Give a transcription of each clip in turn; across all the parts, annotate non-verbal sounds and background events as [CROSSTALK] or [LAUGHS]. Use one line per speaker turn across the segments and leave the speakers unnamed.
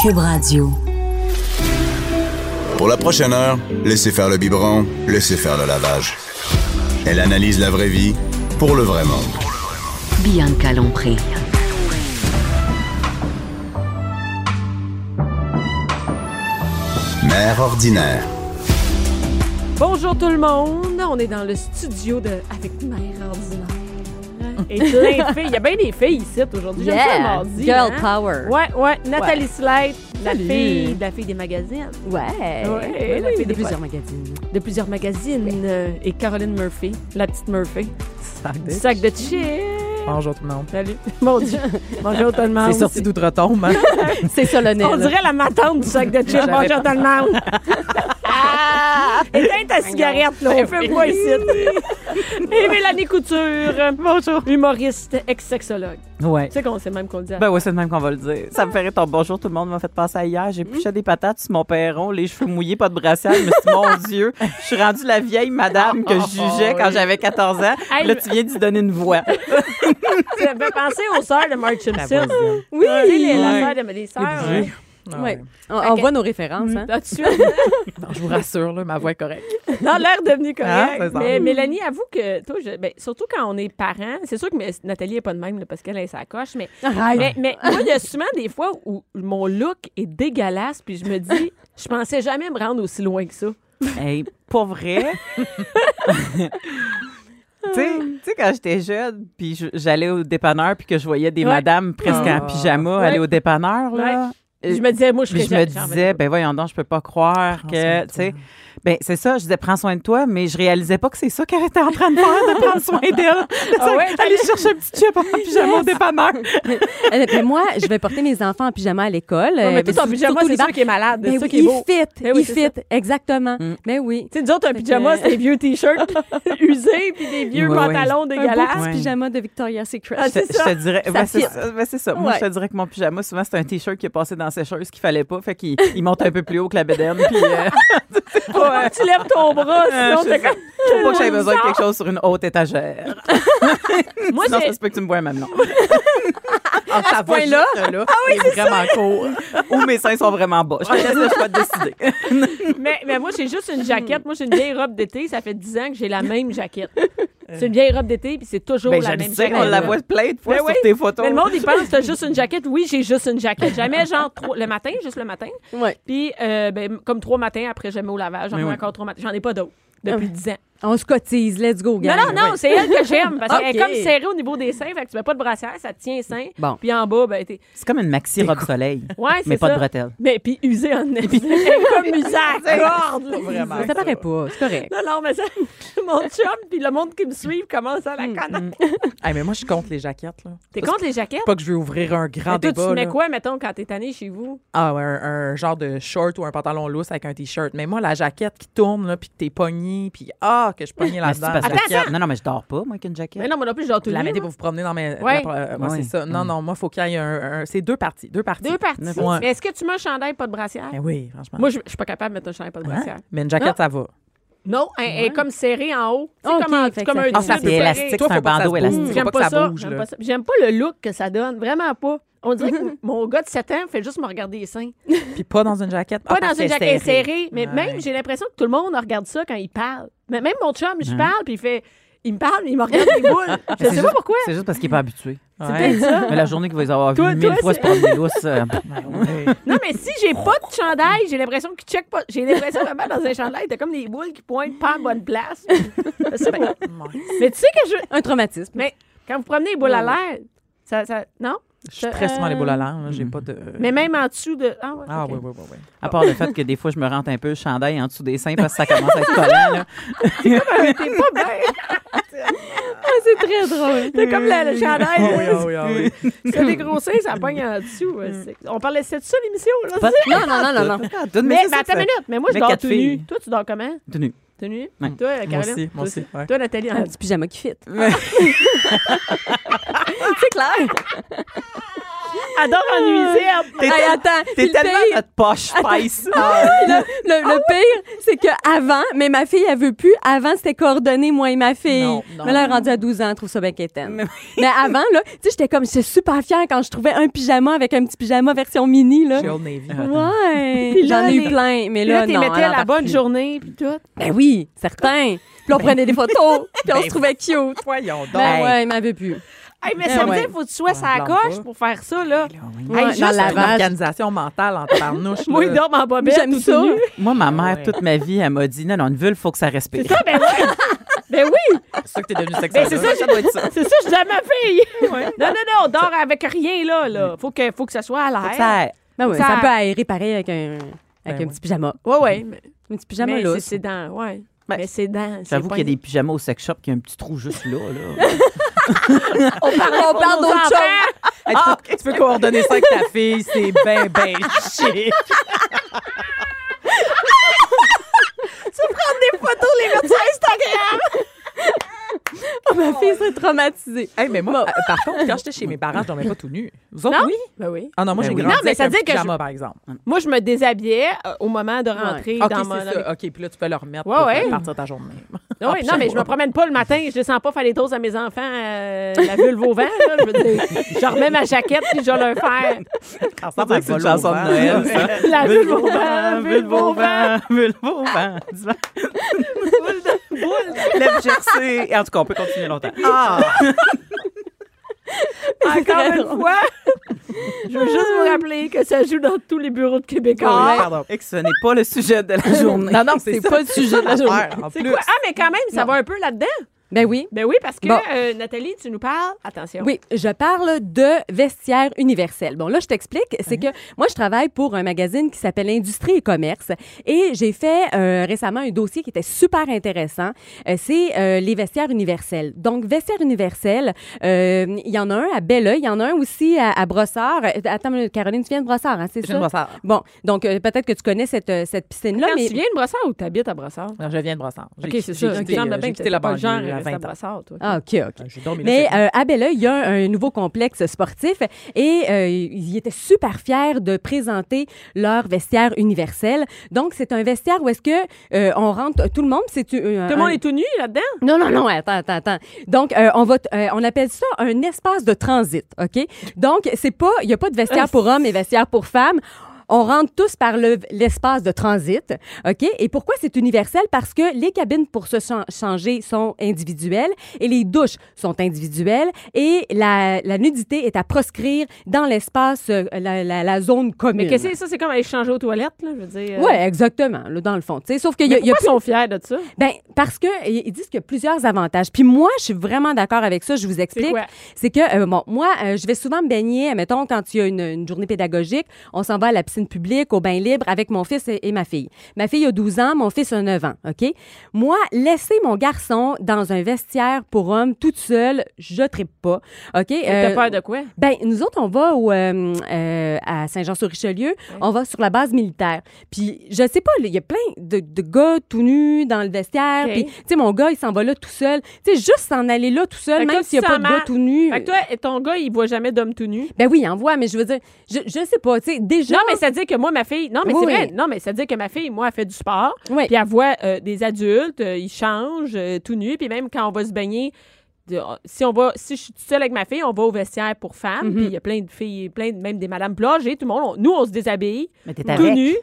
Cube Radio.
Pour la prochaine heure, laissez faire le biberon, laissez faire le lavage. Elle analyse la vraie vie pour le vrai monde.
Bianca Lompré.
Mère ordinaire.
Bonjour tout le monde, on est dans le studio de avec Mère ordinaire. Et plein de filles. Il y a bien des filles ici aujourd'hui. J'aime ça le
Hein? Yeah,
mardi.
girl
hein?
power.
Ouais, ouais. Nathalie Slate, la
Salut.
fille, la fille des magazines,
Ouais.
Ouais,
elle a
oui,
fait
des
de plusieurs magazines.
de plusieurs magazines, euh, et Caroline Murphy, la petite Murphy, du sac de chips.
Ah.
Bonjour tout le monde.
Salut. [LAUGHS] Mon Dieu. Bonjour tout le monde.
C'est sorti d'outre-tombe.
[LAUGHS]
hein?
C'est solennel.
On dirait la matante du sac
[LAUGHS]
de chips.
J'avais
Bonjour tout le monde. Ah. Éteins
Ben
ta cigarette, là. Fais-moi ici.
[LAUGHS]
Et Mélanie Couture. Bonjour. Humoriste, ex-sexologue.
ouais.
Tu sais qu'on sait même qu'on le dit. à-
Ben ouais, c'est de même qu'on va le dire. Ça me ferait ton bonjour tout le monde m'a fait passer à hier.
Mm.
J'ai piché des patates sur mon perron, les cheveux mouillés, pas de brassière. Je me suis dit, mon
[LAUGHS]
Dieu, je suis rendue la vieille madame que je jugeais quand j'avais 14 ans.
Oh, Hey,
Là, tu viens d'y donner une
[LAUGHS]
voix.
Ça me fait penser aux sœurs de Mark Simpson.
Oui.
Tu sais, les, la sœur de mes sœurs. hein.
Ouais. On,
Fait
on
que-
voit nos références. Hein?
Là, tout de suite.
Ah je vous rassure, ma voix est correcte.
Non, l'air devenu
Ah,
correct.
c'est ça.
mais Mélanie, avoue que toi, je- ben, surtout quand on est parent, c'est sûr que mais, Nathalie n'est pas de même là, parce qu'elle a sa coche, mais
Ah,
Mais, mais moi, il y a souvent des fois où mon look est dégueulasse, puis je me dis, je pensais jamais me rendre aussi loin que ça.
Euh, Hey,
[LAUGHS]
pas vrai. Tu sais- tu sais, quand j'étais jeune, puis je- j'allais au dépanneur, puis que je voyais des
Ouais.
madames presque
Ah.
en pyjama aller au dépanneur, là.
Je me disais, moi, je
Puis
serais
je me
jamais- jamais-
disais, ben voyons donc, je peux pas croire que, tu sais, ben c'est ça, je disais, prends soin de toi, mais je réalisais pas que c'est ça qu'elle était en train de faire, de prendre soin
[LAUGHS]
d'elle.
Ah ouais,
aller chercher un petit chip
[LAUGHS]
en pyjama au dépanneur.
Euh, ben, moi, je vais porter mes enfants en pyjama à l'école.
Non, mais
euh,
toi, ton
surtout
pyjama,
les
c'est
bas-
ça qui est malade.
Ben
C'est ça
oui,
qui est beau.
Il fit.
Ben oui,
il
c'est
fit.
ça.
Exactement.
Mm.
Mais oui.
Tu sais, nous autres, un pyjama, c'est des vieux t-shirts [LAUGHS] usés, puis des vieux
Ouais, ouais.
pantalons
Un beau
dégueulasses.
petit
Ouais.
pyjama de Victoria's Secret.
Ah,
Je te,
c'est ça.
je te dirais,
Ça
ouais, c'est
fit.
ça, ouais, c'est ça. Moi,
Ouais.
je te dirais que mon pyjama, souvent, c'est un t-shirt qui est passé dans la sécheuse qu'il fallait pas, fait qu'il il monte un peu plus haut que la bedaine, puis euh, [LAUGHS] c'est pas, euh,
Tu lèves ton bras,
Ah,
Euh,
sinon
je
t'es
sais.
[LAUGHS]
comme...
Je trouve pas que j'avais besoin de
bizarre.
quelque chose sur une haute étagère.
Moi,
Sinon,
j'ai-
ça se peut que tu me vois maintenant.
Ah, ça va
point-là?
juste là. Ah oui, c'est vraiment court.
Ou mes seins sont vraiment bas. Ben, Je te laisse le choix de [LAUGHS] décider.
mais, mais moi, j'ai juste une jaquette. Moi, j'ai une vieille robe d'été. Ça fait 10 ans que j'ai la même jaquette.
Euh.
C'est une vieille robe d'été, puis c'est toujours
Ben,
la
je
même
le sais, on
jaquette.
la voit plein de fois
Ben
sur
oui.
tes photos.
Mais le monde, il pense que t'as juste une jaquette. Oui, j'ai juste une jaquette. Jamais,
[LAUGHS]
genre, trois- le matin, juste le matin.
Ouais.
Puis, euh, ben, comme trois matins, après, jamais au lavage. J'en ai
Mais Ben oui.
encore trois matins. J'en ai pas d'autres depuis
Ah.
dix ans.
On se cotise. Let's go,
Non,
gars.
non, non, c'est elle que j'aime. Parce qu'elle est
Ok.
comme serrée au niveau des seins. Fait que tu mets pas de brassière, ça te tient les seins.
Bon.
Puis en bas, ben, t'es.
C'est comme une maxi robe soleil,
Ouais, c'est
mais pas
ça.
de bretelles.
Mais puis usée en Elle est comme usée à corde. là.
Vraiment.
Ça paraît pas. C'est correct.
Non, non, mais ça, [LAUGHS] mon chum, puis le monde qui me suit commence à la connaître.
Hey, mais moi, je compte les jaquettes. Là.
T'es contre les jaquettes?
Pas que je vais ouvrir un grand
Mais toi,
débat.
tu mets
là.
quoi, mettons, quand t'es tanné chez vous?
Ah, ouais, un, un genre de short ou un pantalon lousse avec un t-shirt. Mais moi, la jaquette qui tourne, là, puis que t'es pogné, puis ah, que je [LAUGHS] pognais
Mais si tu
là-dedans.
passes
Attends,
la jaquette- Non, non, mais je dors pas, moi, qu'une jaquette.
Mais non, moi non plus, genre tout
Vous la
nu,
mettez
là.
pour vous promener dans mes.
Ouais.
la- euh, moi,
Ouais.
c'est ça. Non,
Mm.
non, moi, il faut qu'il y ait un. un- c'est deux parties. Deux parties.
Deux parties.
Ouais.
Mais est-ce que tu mets un chandail pas de brassière?
Ben oui, franchement. Hein?
Moi, je je suis pas capable de mettre un chandail
Hein?
pas de brassière.
mais une jaquette, ça va.
Non, elle, elle est comme serrée en haut. C'est
Ok,
comme, en-
fait que
comme
ça
un
fait-
Ah, ça,
tube
c'est
serré.
élastique,
Toi,
c'est un
faut pas que ça
bandeau
se bouge.
élastique.
Faut
J'aime
pas
pas,
que ça
ça.
bouge,
J'aime
là.
pas ça. J'aime pas le look que ça donne. Vraiment pas. On dirait [LAUGHS] que mon gars de 7 ans fait juste me regarder les seins.
Puis pas dans une jaquette.
Pas
Ah, parce
dans une
qu'elle
jaquette
est serrée.
serrée. Mais
Ouais.
même, j'ai l'impression que tout le monde regarde ça quand il parle. Mais même mon chum, je parle, puis il fait. Il me parle, mais il me regarde les [LAUGHS] boules. Je
Mais
Hein? sais
c'est
pas
juste-
pourquoi.
C'est juste parce qu'il est pas habitué.
Ouais.
Mais la journée qu'il va les avoir
Toi-
vues mille
toi,
fois
c'est-
se prendre des lousses, euh,
Non, mais si j'ai pas de chandail, j'ai l'impression qu'il check pas. J'ai l'impression vraiment dans un chandail, t'as comme des boules qui pointent pas en bonne place. Je sais pas. Mais tu sais que je.
Un traumatisme.
Mais quand vous promenez les boules à l'air, ça, ça. Non? euh,
Je suis très souvent les boules à l'air. là. J'ai pas de.
Mais même en dessous de. Ah, ouais.
Ah,
ok.
oui, oui, oui. oui.
Mm. à part le fait que des fois, je me rentre un peu le chandail en dessous des seins parce que ça commence à être collant. là.
T'es pas [LAUGHS] bien. Ah,
c'est très drôle.
T'es comme le, le chandail. là.
oui, oui.
Ça dégrossit, ça pogne en dessous. ouais, c'est- On parlait c'est de ça l'émission, là.
Pas-
c'est-
Non, non, non,
[LAUGHS]
non, non.
Attends, donne-moi
Mais,
ça,
mais
ça,
attends une
ça.
minute. Mais moi, je
Mais
dors
quatre
tout
filles.
nu. Toi, tu dors comment?
Tenue.
Tout nu?
Ouais.
Toi, Caroline?
Moi aussi, moi
toi
aussi. ouais.
Toi, Nathalie, en [LAUGHS]
Un
dessous.
petit pyjama [LAUGHS] qui fit. c'est clair.
adore ennuiser.
T'es
Hey, Ah,
tel-
attends,
t'es
puis le
tellement
pire-
notre poche, Spice.
Puis le, le- le pire, c'est qu'avant, mais ma fille, elle veut plus. Avant, c'était coordonné, moi et ma fille.
Non, non.
mais là, elle est rendue à 12 ans, elle trouve ça bien quétaine. mais avant, là, tu sais, j'étais comme, j'étais super fière quand je trouvais un pyjama avec un petit pyjama version mini,
Ah,
là.
Old Navy.
Ouais,
Puis là,
j'en ai eu
les-
plein, mais
Là,
là,
t'es
non.
mettais
elle
à
en
la
parle
bonne
plus.
journée, Ben puis tout.
Ben oui, certain. Puis on prenait des photos, puis
Ben
on se trouvait cute.
Voyons donc.
Ben
Hey.
ouais, il m'avait plus.
Hey, mais
Ben
ça veut
ouais.
dire qu'il faut que tu sois sur la
plante
coche
pas.
pour faire ça, là.
Ouais,
juste
dans le
C'est une
lavage.
organisation mentale en tabarnouche.
Moi, il
là.
dort en bobette,
J'aime
tout
ça.
ça.
Moi, ma mère,
ouais.
toute ma vie, elle m'a dit non, non, une vulve, faut que ça respire. C'est
[LAUGHS] Ben oui! Ben oui!
ça que t'es devenue
Ben,
sexuelle.
c'est ça,
doit être ça.
[LAUGHS] C'est ça, je dis à ma fille! Non, non, non, on dort avec rien, là. là. Faut, que, faut que ça soit à l'air.
Ça-
Ben ouais,
Ça-
ça, peut aérer pareil avec un, avec
Ben
un petit pyjama.
Ouais, ouais. Mais,
Un petit pyjama
mais
là.
c'est- c'est dans. Ouais.
Ben,
mais c'est dans. c'est
J'avoue
pas
qu'il y a
une-
des pyjamas au sex shop qui a un petit trou juste là. là.
On parle, on
Pour
parle
nos
d'autre chose.
enfants.
Hey, tu, peux, tu peux coordonner ça avec ta fille, c'est ben, ben chic.
Prendre des photos, les mettre sur Instagram!
Oh, ma fille serait traumatisée.
Hey, mais moi, euh, par contre, quand j'étais chez mes parents, je dormais pas tout nu. Vous autres,
Non?
oui?
Ben oui.
Ah non, moi,
Ben
j'ai
oui.
grandi
Non, mais
avec
ça
un
veut dire que
pyjama, par exemple.
Moi, je me déshabillais euh, au moment de rentrer
OK,
dans mon. Ah,
c'est ça. OK, puis là, tu peux le remettre
Ouais,
pour
ouais.
euh, partir ta journée.
Non, oui, non, mais je me promène pas le matin, je descends pas faire les doses à mes enfants, euh, [LAUGHS] la vulve au vent, là, je veux dire. Je remets ma jaquette puis je vais leur faire.
Ça
ressemble à une chanson de Noël,
ça.
La vulve au vent,
vent,
vulve au vent.
vulve au vent. Dis-moi. Lève gercée. Et En tout cas, on peut continuer longtemps.
Encore
très
une
drôle.
fois, [LAUGHS] je veux juste vous rappeler que ça joue dans tous les bureaux de
Ah,
Québécois.
pardon. Et que ce n'est pas le sujet de la journée.
Non, non, c'est
C'est
ça.
pas le sujet de la journée.
l'affaire, En
C'est
plus,
quoi? Ah, mais quand même, ça va un peu là-dedans.
Ben oui.
Ben oui, parce que,
Bon.
euh, Nathalie, tu nous parles. Attention.
Oui, je parle de vestiaire universel. Bon, là, je t'explique. C'est que moi, je travaille pour un magazine qui s'appelle Industrie et Commerce et j'ai fait euh, récemment un dossier qui était super intéressant. Euh, c'est euh, les vestiaires universels. Donc, vestiaire universel, euh, il y en a un à Belleuil, il y en a un aussi à, à Brossard. Euh, Attends, une minute, Caroline, tu viens de Brossard, hein, c'est
je
ça?
ne vois ça.
Bon, donc euh, peut-être que tu connais cette, euh, cette piscine-là,
Quand
mais
tu viens de Brossard ou t'habites à Brossard?
Non, je viens de Brossard. J'ai-
OK, c'est
j'ai
ça.
quitté,
Il me
euh,
semble bien
J'ai
que
quitté
t'es
la
pas le
banlieue
genre
à
rester
20
à
ans.
Brossard, toi.
ah, ok, ok.
J'ai dormi là.
Mais euh, à Belleuil, il y a un, un nouveau complexe sportif et euh, ils étaient super fiers de présenter leur vestiaire universel. Donc, c'est un vestiaire où est-ce que euh, on rentre tout le monde. C'est euh,
Tout le
un-
monde est tout nu là-dedans?
non, non, non, attends, attends, attends. Donc, euh, on va, t- euh, on appelle ça un espace de transit, OK? Donc, c'est pas, il y a pas de vestiaire pour hommes et vestiaire pour femmes. On rentre tous par le- l'espace de transit, OK? Et pourquoi c'est universel? Parce que les cabines pour se chan- changer sont individuelles et les douches sont individuelles et la, la nudité est à proscrire dans l'espace, euh, la, la- la zone commune.
Mais qu'est-ce que c'est ça? C'est comme aller changer aux toilettes, là, je veux dire. euh,
Oui, exactement, là, dans le fond. tu sais. Sauf qu'il y
Mais
a, il y a
pourquoi
plus-
sont fiers de ça?
ben parce que i- ils disent qu'il y a plusieurs avantages. Puis moi, je suis vraiment d'accord avec ça. Je vous explique.
quoi?
C'est que euh, bon, moi, euh, je vais souvent me baigner. Mettons quand il y a une, une journée pédagogique, on s'en va à la piscine publique, au bain libre avec mon fils et, et ma fille. Ma fille a 12 ans, mon fils a 9 ans. Ok. Moi, laisser mon garçon dans un vestiaire pour homme toute seule, je trippe pas. Ok.
Mais T'as
Euh,
peur de quoi?
ben, nous autres, on va au, euh, euh, à Saint-Jean-sur-Richelieu, on va sur la base militaire. Puis, je sais pas, là, il y a plein de, de gars tout nus dans le vestiaire.
OK.
Puis, tu sais, mon gars, il s'en va là tout seul. Tu sais, juste s'en aller là tout
Fait
seul,
que toi,
même s'il n'y
tu
a pas
sens
de gars
mal.
tout nus.
Fait que toi, ton gars, il voit jamais d'homme tout nu.
Ben oui, il en voit, mais je veux dire, je, je sais pas, tu sais, déjà.
Non, mais ça veut dire que moi, ma fille. Non, mais
Oui.
c'est vrai. Non, mais ça veut dire que ma fille, moi, elle fait du sport.
Oui.
Puis elle voit euh, des adultes, euh, ils changent euh, tout nu. Puis même quand on va se baigner, de- on- si on va, si je suis toute seule avec ma fille, on va au vestiaire pour femmes.
Mm-hmm.
Puis il y a plein de filles, plein de, même des madames plongées, tout le monde. on- nous, on se déshabille,
Mais t'es
tout
avec.
nu.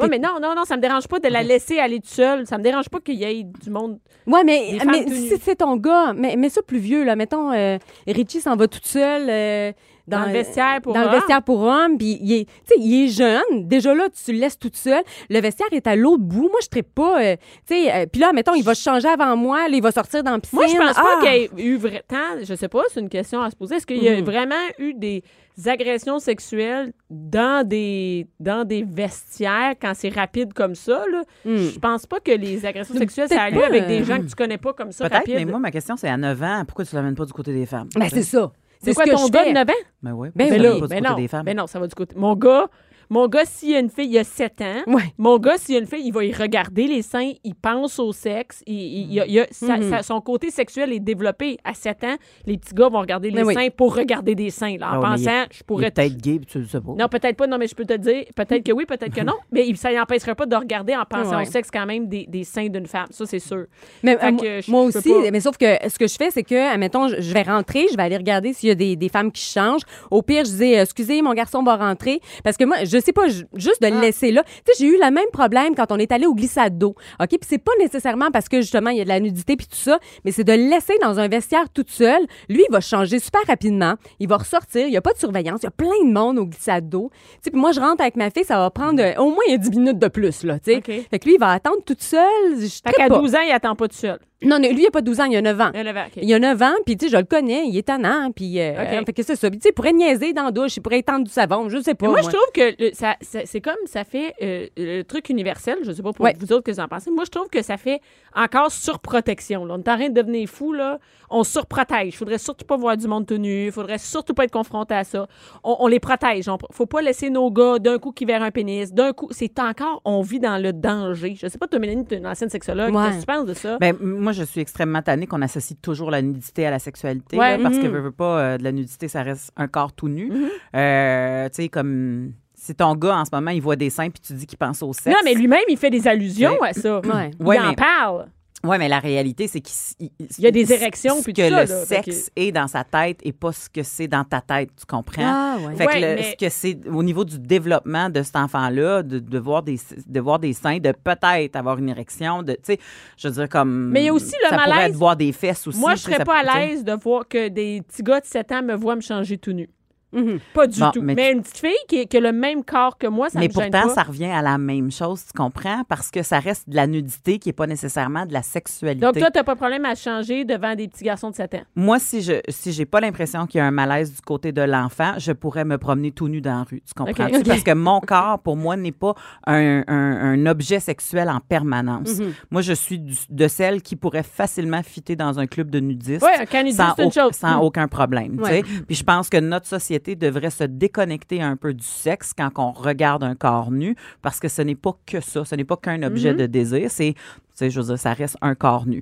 Oui, mais non, non, non, ça me dérange pas de la laisser aller toute seule. Ça me dérange pas qu'il y ait du monde.
Ouais, mais, ah,
Des femmes
mais
tout nues.
si c'est ton gars, mais, mais ça plus vieux, là, mettons, euh, Richie s'en va toute seule. euh, dans,
Dans le vestiaire pour
dans
hommes.
le vestiaire pour hommes, puis il est, tu sais, il est jeune. Déjà là, tu le laisses toute seule. Le vestiaire est à l'autre bout. Moi, je ne pas. euh, tu sais, euh, puis là, mettons, il va se changer avant moi. Là, il va sortir dans la piscine.
Moi, je pense
Ah!
pas qu'il y ait eu vrai tant. Je sais pas, c'est une question à se poser. Est-ce qu'il y a
Mhm.
vraiment eu des agressions sexuelles dans des dans des vestiaires quand c'est rapide comme ça là
Hmm.
Je pense pas que les agressions sexuelles ça a lieu
Peut-être pas,
avec des
euh,
gens que tu connais pas comme ça
Peut-être,
rapide.
mais moi, ma question, c'est à 9 ans, pourquoi tu l'amènes pas du côté des femmes?
Ben, c'est ça.
c'est
C'est
quoi
ce que
ton
je
gars
fais.
de 9 ans
Ben oui,
Ben
pourquoi tu
oui.
l'amènes pas du
Ben
côté
non,
des femmes?
ben non, ça va du côté. Mon gars, Mon gars, s'il y a une fille, il a 7 ans.
Ouais.
Mon gars, s'il y a une fille, il va y regarder les seins, il pense au sexe. il- il- il a- il a- sa-
Mhm.
sa- son côté sexuel est développé. À 7 ans, les petits gars vont regarder les
Mais oui.
seins pour regarder des seins. là, en
Ah oui, mais il est-
pensant, je
Il est
pourrais
peut-être gay, puis tu le sais pas.
non, peut-être pas. Non, mais je peux te dire, peut-être que oui, peut-être que
[LAUGHS]
non. Mais il- ça n'empêcherait pas de regarder en pensant
Ouais.
au sexe quand même des, des seins d'une femme. Ça, c'est sûr.
Mais
Fait
euh,
que je-
moi
je peux
aussi,
pas.
mais sauf que ce que je fais, c'est que, admettons, je, je vais rentrer, je vais aller regarder s'il y a des, des femmes qui changent. Au pire, je dis, euh, excusez, mon garçon va rentrer. Parce que moi, je sais pas, ju- juste
Ah.
de le laisser là. Tu sais, j'ai eu le même problème quand on est allé au glissade d'eau. OK? Puis c'est pas nécessairement parce que, justement, il y a de la nudité puis tout ça, mais c'est de le laisser dans un vestiaire toute seule. Lui, il va changer super rapidement. Il va ressortir. Il y a pas de surveillance. Il y a plein de monde au glissade d'eau. Tu sais, puis moi, je rentre avec ma fille, ça va prendre euh, au moins 10 minutes de plus, là. Tu sais.
OK.
Fait que lui, il va attendre toute seule. Je
Fait
trippe
qu'à
pas.
12 ans, il attend pas tout seul.
Non, non, lui, il a pas 12 ans, il a 9 ans.
Elle avait- OK.
Il a 9 ans, puis tu sais, je le connais, il est tannant, puis euh,
OK.
euh, fait que c'est ça. Puis tu sais, il pourrait niaiser dans la douche, il pourrait étendre du savon, je sais pas.
Mais moi,
moi.
je trouve que le- ça, ça- c'est comme ça fait euh, le truc universel. Je sais pas pour
Ouais.
vous autres que vous en pensez. Moi, je trouve que ça fait encore surprotection. là. On est en train de devenir fou. Là. On surprotège. faudrait surtout pas voir du monde tenu. faudrait surtout pas être confronté à ça. On, on les protège. On, faut pas laisser nos gars d'un coup qui verront un pénis. D'un coup, c'est encore, on vit dans le danger. Je sais pas, toi, Mélanie, tu es une ancienne sexologue.
Ouais.
Qu'est-ce que tu penses de ça?
Ben, m- moi, je suis extrêmement tannée qu'on associe toujours la nudité à la sexualité.
Ouais. mm-hmm.
là, parce que,
Mhm.
veux, veux pas, euh, de la nudité, ça reste un corps tout nu. Euh, tu sais, comme si ton gars, en ce moment, il voit des seins, puis tu dis qu'il pense au sexe.
non, mais lui-même, il fait des allusions
Ouais.
à ça.
Ouais.
Il
Ouais,
en
mais-
parle.
Oui, mais la réalité, c'est qu'il
Il y a des érections,
Ce
puis
que
tout ça,
le
là. Fait que-
sexe est dans sa tête et pas ce que c'est dans ta tête, tu comprends?
Ah, ouais.
Fait que
Ouais,
le-
mais-
ce que c'est au niveau du développement de cet enfant-là, de, de voir des de voir des seins, de peut-être avoir une érection, de tu sais, je veux dire comme
Mais il y a aussi le
ça pourrait
malaise.
être voir des fesses aussi.
Moi,
tu
je
sais,
serais
ça-
pas
tu sais.
à l'aise de voir que des petits gars de 7 ans me voient me changer tout nu.
Mhm.
Pas du
Bon,
tout. Mais,
mais-
une petite fille qui, qui a le même corps que moi, ça
Mais
me gêne
pourtant,
pas.
ça revient à la même chose, tu comprends? Parce que ça reste de la nudité qui n'est pas nécessairement de la sexualité.
Donc, toi, t'as pas de problème à changer devant des petits garçons de 7 ans.
Moi, si je si j'ai pas l'impression qu'il y a un malaise du côté de l'enfant, je pourrais me promener tout nu dans la rue. Tu comprends?
Ok, ok.
Parce que mon corps, pour moi, n'est pas un, un- un objet sexuel en permanence.
Mhm.
Moi, je suis du- de celle qui pourrait facilement fitter dans un club de nudistes.
Ouais, un canudiste,
sans,
c'est une
au-
chose.
sans
Mm.
aucun problème. tu sais.
Ouais.
Puis je pense que notre société devrait se déconnecter un peu du sexe quand on regarde un corps nu, parce que ce n'est pas que ça, ce n'est pas qu'un objet
Mhm.
de désir, c'est, tu sais, je veux dire, ça reste un corps nu.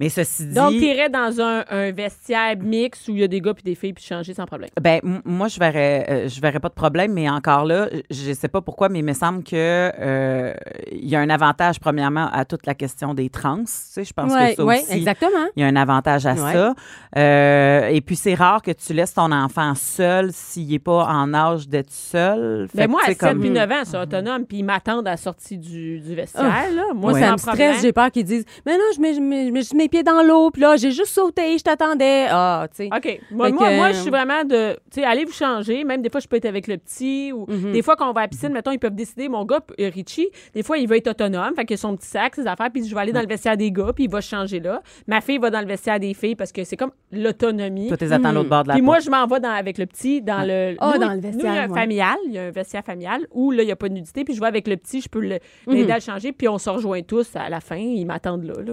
Mais ceci dit...
Donc, t'irais dans un, un vestiaire mix où il y a des gars puis des filles puis changer sans problème.
Ben m- moi je verrais euh, je verrais pas de problème mais encore là je sais pas pourquoi mais il me semble que euh, il y a un avantage premièrement à toute la question des trans, tu sais je pense
Ouais,
que ça
ouais,
aussi
exactement.
il y a un avantage à
Ouais.
ça. Euh, et puis c'est rare que tu laisses ton enfant seul s'il n'est pas en âge d'être seul. Fait
Mais
que,
Ben, moi,
tu
à
sais, Mhm.
7 puis 9 ans, c'est autonome puis ils m'attendent à la sortie du, du vestiaire.
Oh.
là. Moi,
Moi,
c'est
ça me stresse, j'ai peur qu'ils disent Mais non, je mets, je mets- je mets juste mes pieds dans l'eau, puis là, j'ai juste sauté, je t'attendais. Ah, tu sais.
OK. Moi,
Fait
moi,
que- euh,
moi, je suis vraiment de. Tu sais, allez vous changer. Même des fois, je peux être avec le petit. ou
Mm-hmm.
Des fois, quand on va à la piscine, mettons, ils peuvent décider. Mon gars, euh, Richie, des fois, il veut être autonome. Fait qu'il a son petit sac, ses affaires. Puis je vais aller dans le vestiaire des gars. Puis il va se changer là. Ma fille va dans le vestiaire des filles parce que c'est comme l'autonomie.
Toi, t'es attends l'autre bord de la
hmm. Puis moi,
porte.
je m'en vais dans- avec le petit dans le.
Ah,
nous,
dans le
nous,
vestiaire,
il y a un
ouais.
familial. Il y a un vestiaire familial où là, il n'y a pas de nudité. Puis je vais avec le petit, je peux le-
Mm-hmm.
l'aider à le changer. Puis on se rejoint tous à la fin. Ils m'attendent là. là.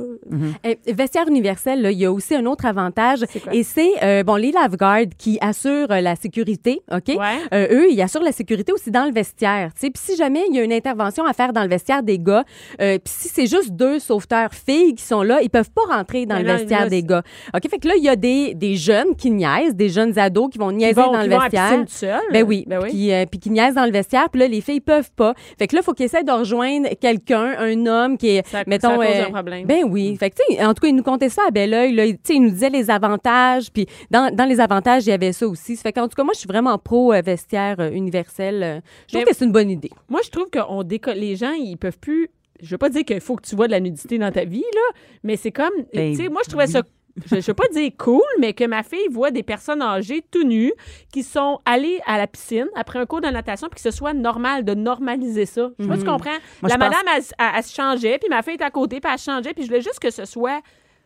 Euh, vestiaire universel, là, il y a aussi un autre avantage.
quoi?
Et c'est, euh, bon, les lave-gardes qui assurent euh, la sécurité, OK?
Ouais.
Euh, eux, ils assurent la sécurité aussi dans le vestiaire, tu sais. Puis si jamais il y a une intervention à faire dans le vestiaire des gars, euh, puis si c'est juste deux sauveteurs filles qui sont là, ils peuvent pas rentrer dans
Mais
le
là,
vestiaire
là,
des
c'est-
gars. OK? Fait que là, il y a des, des jeunes qui niaisent, des jeunes ados qui vont niaiser
Ils vont,
dans
ils
le
vont à la
vestiaire.
piscine tout seul.
Ben oui, Puis, euh, puis qui niaisent dans le vestiaire, puis là, les filles peuvent pas. Fait que là, il faut qu'ils essaient de rejoindre quelqu'un, un homme qui est,
Ça- ça
mettons...
cause un problème.
Ben oui. Fait que, tu sais, en tout cas, ils nous comptaient ça à bel oeil. Là. Ils- Tu sais, ils nous disaient les avantages, puis dans, dans les avantages, il y avait ça aussi. Ça fait qu'en tout cas, moi, je suis vraiment pro-vestiaire universel. Euh, Je trouve
Mais-
que c'est une bonne idée.
Moi, je trouve que on déco- les gens, ils peuvent plus. Je veux pas dire qu'il faut que tu vois de la nudité dans ta vie, là, mais c'est comme.
Ben
tu sais, moi, je trouvais ça. Je ne veux pas dire cool, mais que ma fille voit des personnes âgées tout nues qui sont allées à la piscine après un cours de natation, puis que ce soit normal de normaliser ça. Je sais pas si tu comprends.
Mhm.
la
Moi, je pense-
madame, elle, s- elle- elle se changeait, puis ma fille était à côté, puis elle se changeait, puis je voulais juste que ce soit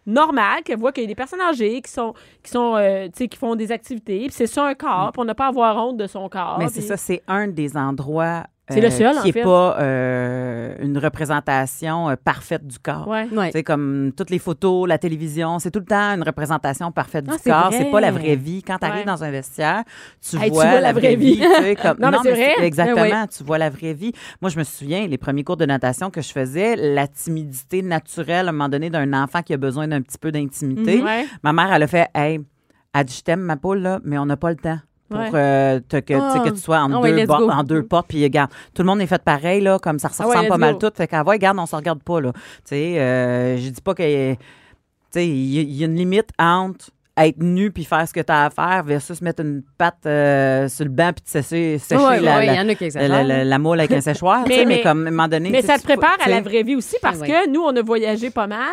normal, qu'elle voit qu'il y a des personnes âgées qui sont, qui sont, euh, tu sais, qui font des activités, puis c'est ça un corps, puis on n'a pas à avoir honte de son corps.
Mais c'est
puis-
ça, c'est un des endroits
C'est le seul, en
qui n'est
fait.
pas euh, une représentation euh, parfaite du corps.
Ouais.
Ouais.
C'est comme toutes les photos, la télévision, c'est tout le temps une représentation parfaite
Ah,
du
c'est
corps.
vrai.
C'est pas la vraie vie. Quand tu arrives
Ouais.
dans un vestiaire, tu,
Hey, tu
vois, la vraie vie. tu sais, comme-
Non, mais c'est vrai.
Exactement.
Ben
Tu vois la vraie vie. Moi, je me souviens, les premiers cours de natation que je faisais, la timidité naturelle, à un moment donné, d'un enfant qui a besoin d'un petit peu d'intimité.
Ouais.
Ma mère, elle a fait Hey, elle dit, je t'aime, ma poule, là, mais on n'a pas le temps. Pour
Ouais.
euh, te- que, tu sais,
Ah.
que tu sois en,
Ah ouais,
deux
let's
bo-
go.
en deux portes. Puis, regarde, tout le monde est fait pareil, là, comme ça
Ah ouais,
ressemble pas
let's
mal
go.
tout. Fait qu'à voir, regarde, on se regarde pas, là. Tu sais, euh, je dis pas que. Tu sais, il y, a- il y a une limite entre être nu puis faire ce que tu as à faire versus mettre une patte euh, sur le banc puis te sécher, sécher
Ouais,
la,
ouais,
la-
il y en a qui
la- la-
exagèrent.
la- la moule avec
[LAUGHS]
un séchoir. tu sais,
Mais-
mais,
mais-
comme, à un moment donné.
Mais
tu sais,
ça te
tu fais-
prépare à
tu
la
sais.
vraie vie aussi parce
Ah ouais.
que nous, on a voyagé pas mal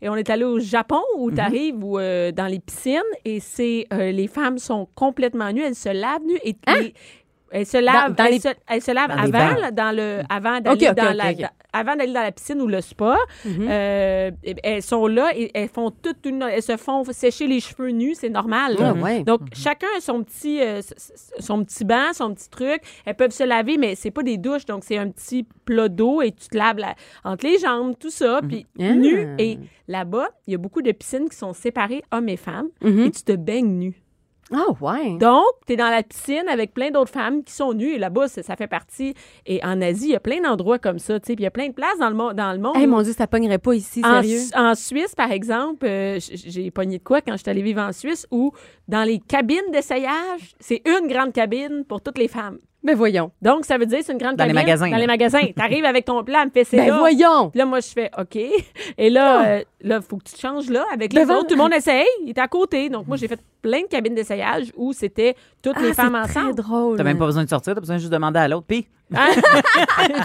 et on est allé au Japon où
Mm-hmm.
tu arrives dans les piscines et c'est euh, les femmes sont complètement nues, elles se lavent nues et, et elles se lavent,
Hein? dans
elles,
les- Mm-hmm.
se, elles se lavent
Dans les
avant,
bains.
là, dans le, avant d'aller
Ok, ok,
dans
ok,
la.
ok. Mm-hmm.
Avant d'aller dans la piscine ou le spa, euh, et- elles sont là et elles font toute une, elles se font sécher les cheveux nus, c'est normal. là.
Ah
Mm.
ouais.
Donc, chacun a son petit, euh, s- s- son petit banc, son petit truc. Elles peuvent se laver, mais c'est pas des douches. Donc, c'est un petit plat d'eau et tu te laves la- entre les jambes, tout ça, puis
Ah.
nu. Et là-bas, il y a beaucoup de piscines qui sont séparées, hommes et femmes,
Mhm.
et tu te baignes nu.
Ah ouais.
Donc, tu es dans la piscine avec plein d'autres femmes qui sont nues. Et là-bas, c'est- ça fait partie. Et en Asie, il y a plein d'endroits comme ça, tu sais, puis il y a plein de places dans le, monde- dans le monde.
Hey,
où-
mon Dieu, ça pognerait pas ici,
en,
sérieux.
Su- en Suisse, par exemple, euh, j- j'ai pogné de quoi quand je suis allée vivre en Suisse, où dans les cabines d'essayage, c'est une grande cabine pour toutes les femmes.
Mais voyons.
Donc, ça veut dire c'est une grande
Dans les
cabine.
magasins,
Dans les
là.
magasins. T'arrives avec ton plan, elle me fait c'est
[LAUGHS] Ben
là.
voyons. Ah.
Puis Là, moi, je fais OK. Et là, euh, là, faut que tu te changes là avec les
Devant.
autres. Tout le monde essaye. Il est à côté. Donc, moi, j'ai fait plein de cabines d'essayage où c'était toutes
Ah,
les
c'est
femmes
très
ensemble.
drôle.
T'as même pas besoin de sortir, t'as besoin juste de demander à l'autre. Puis,
Hein?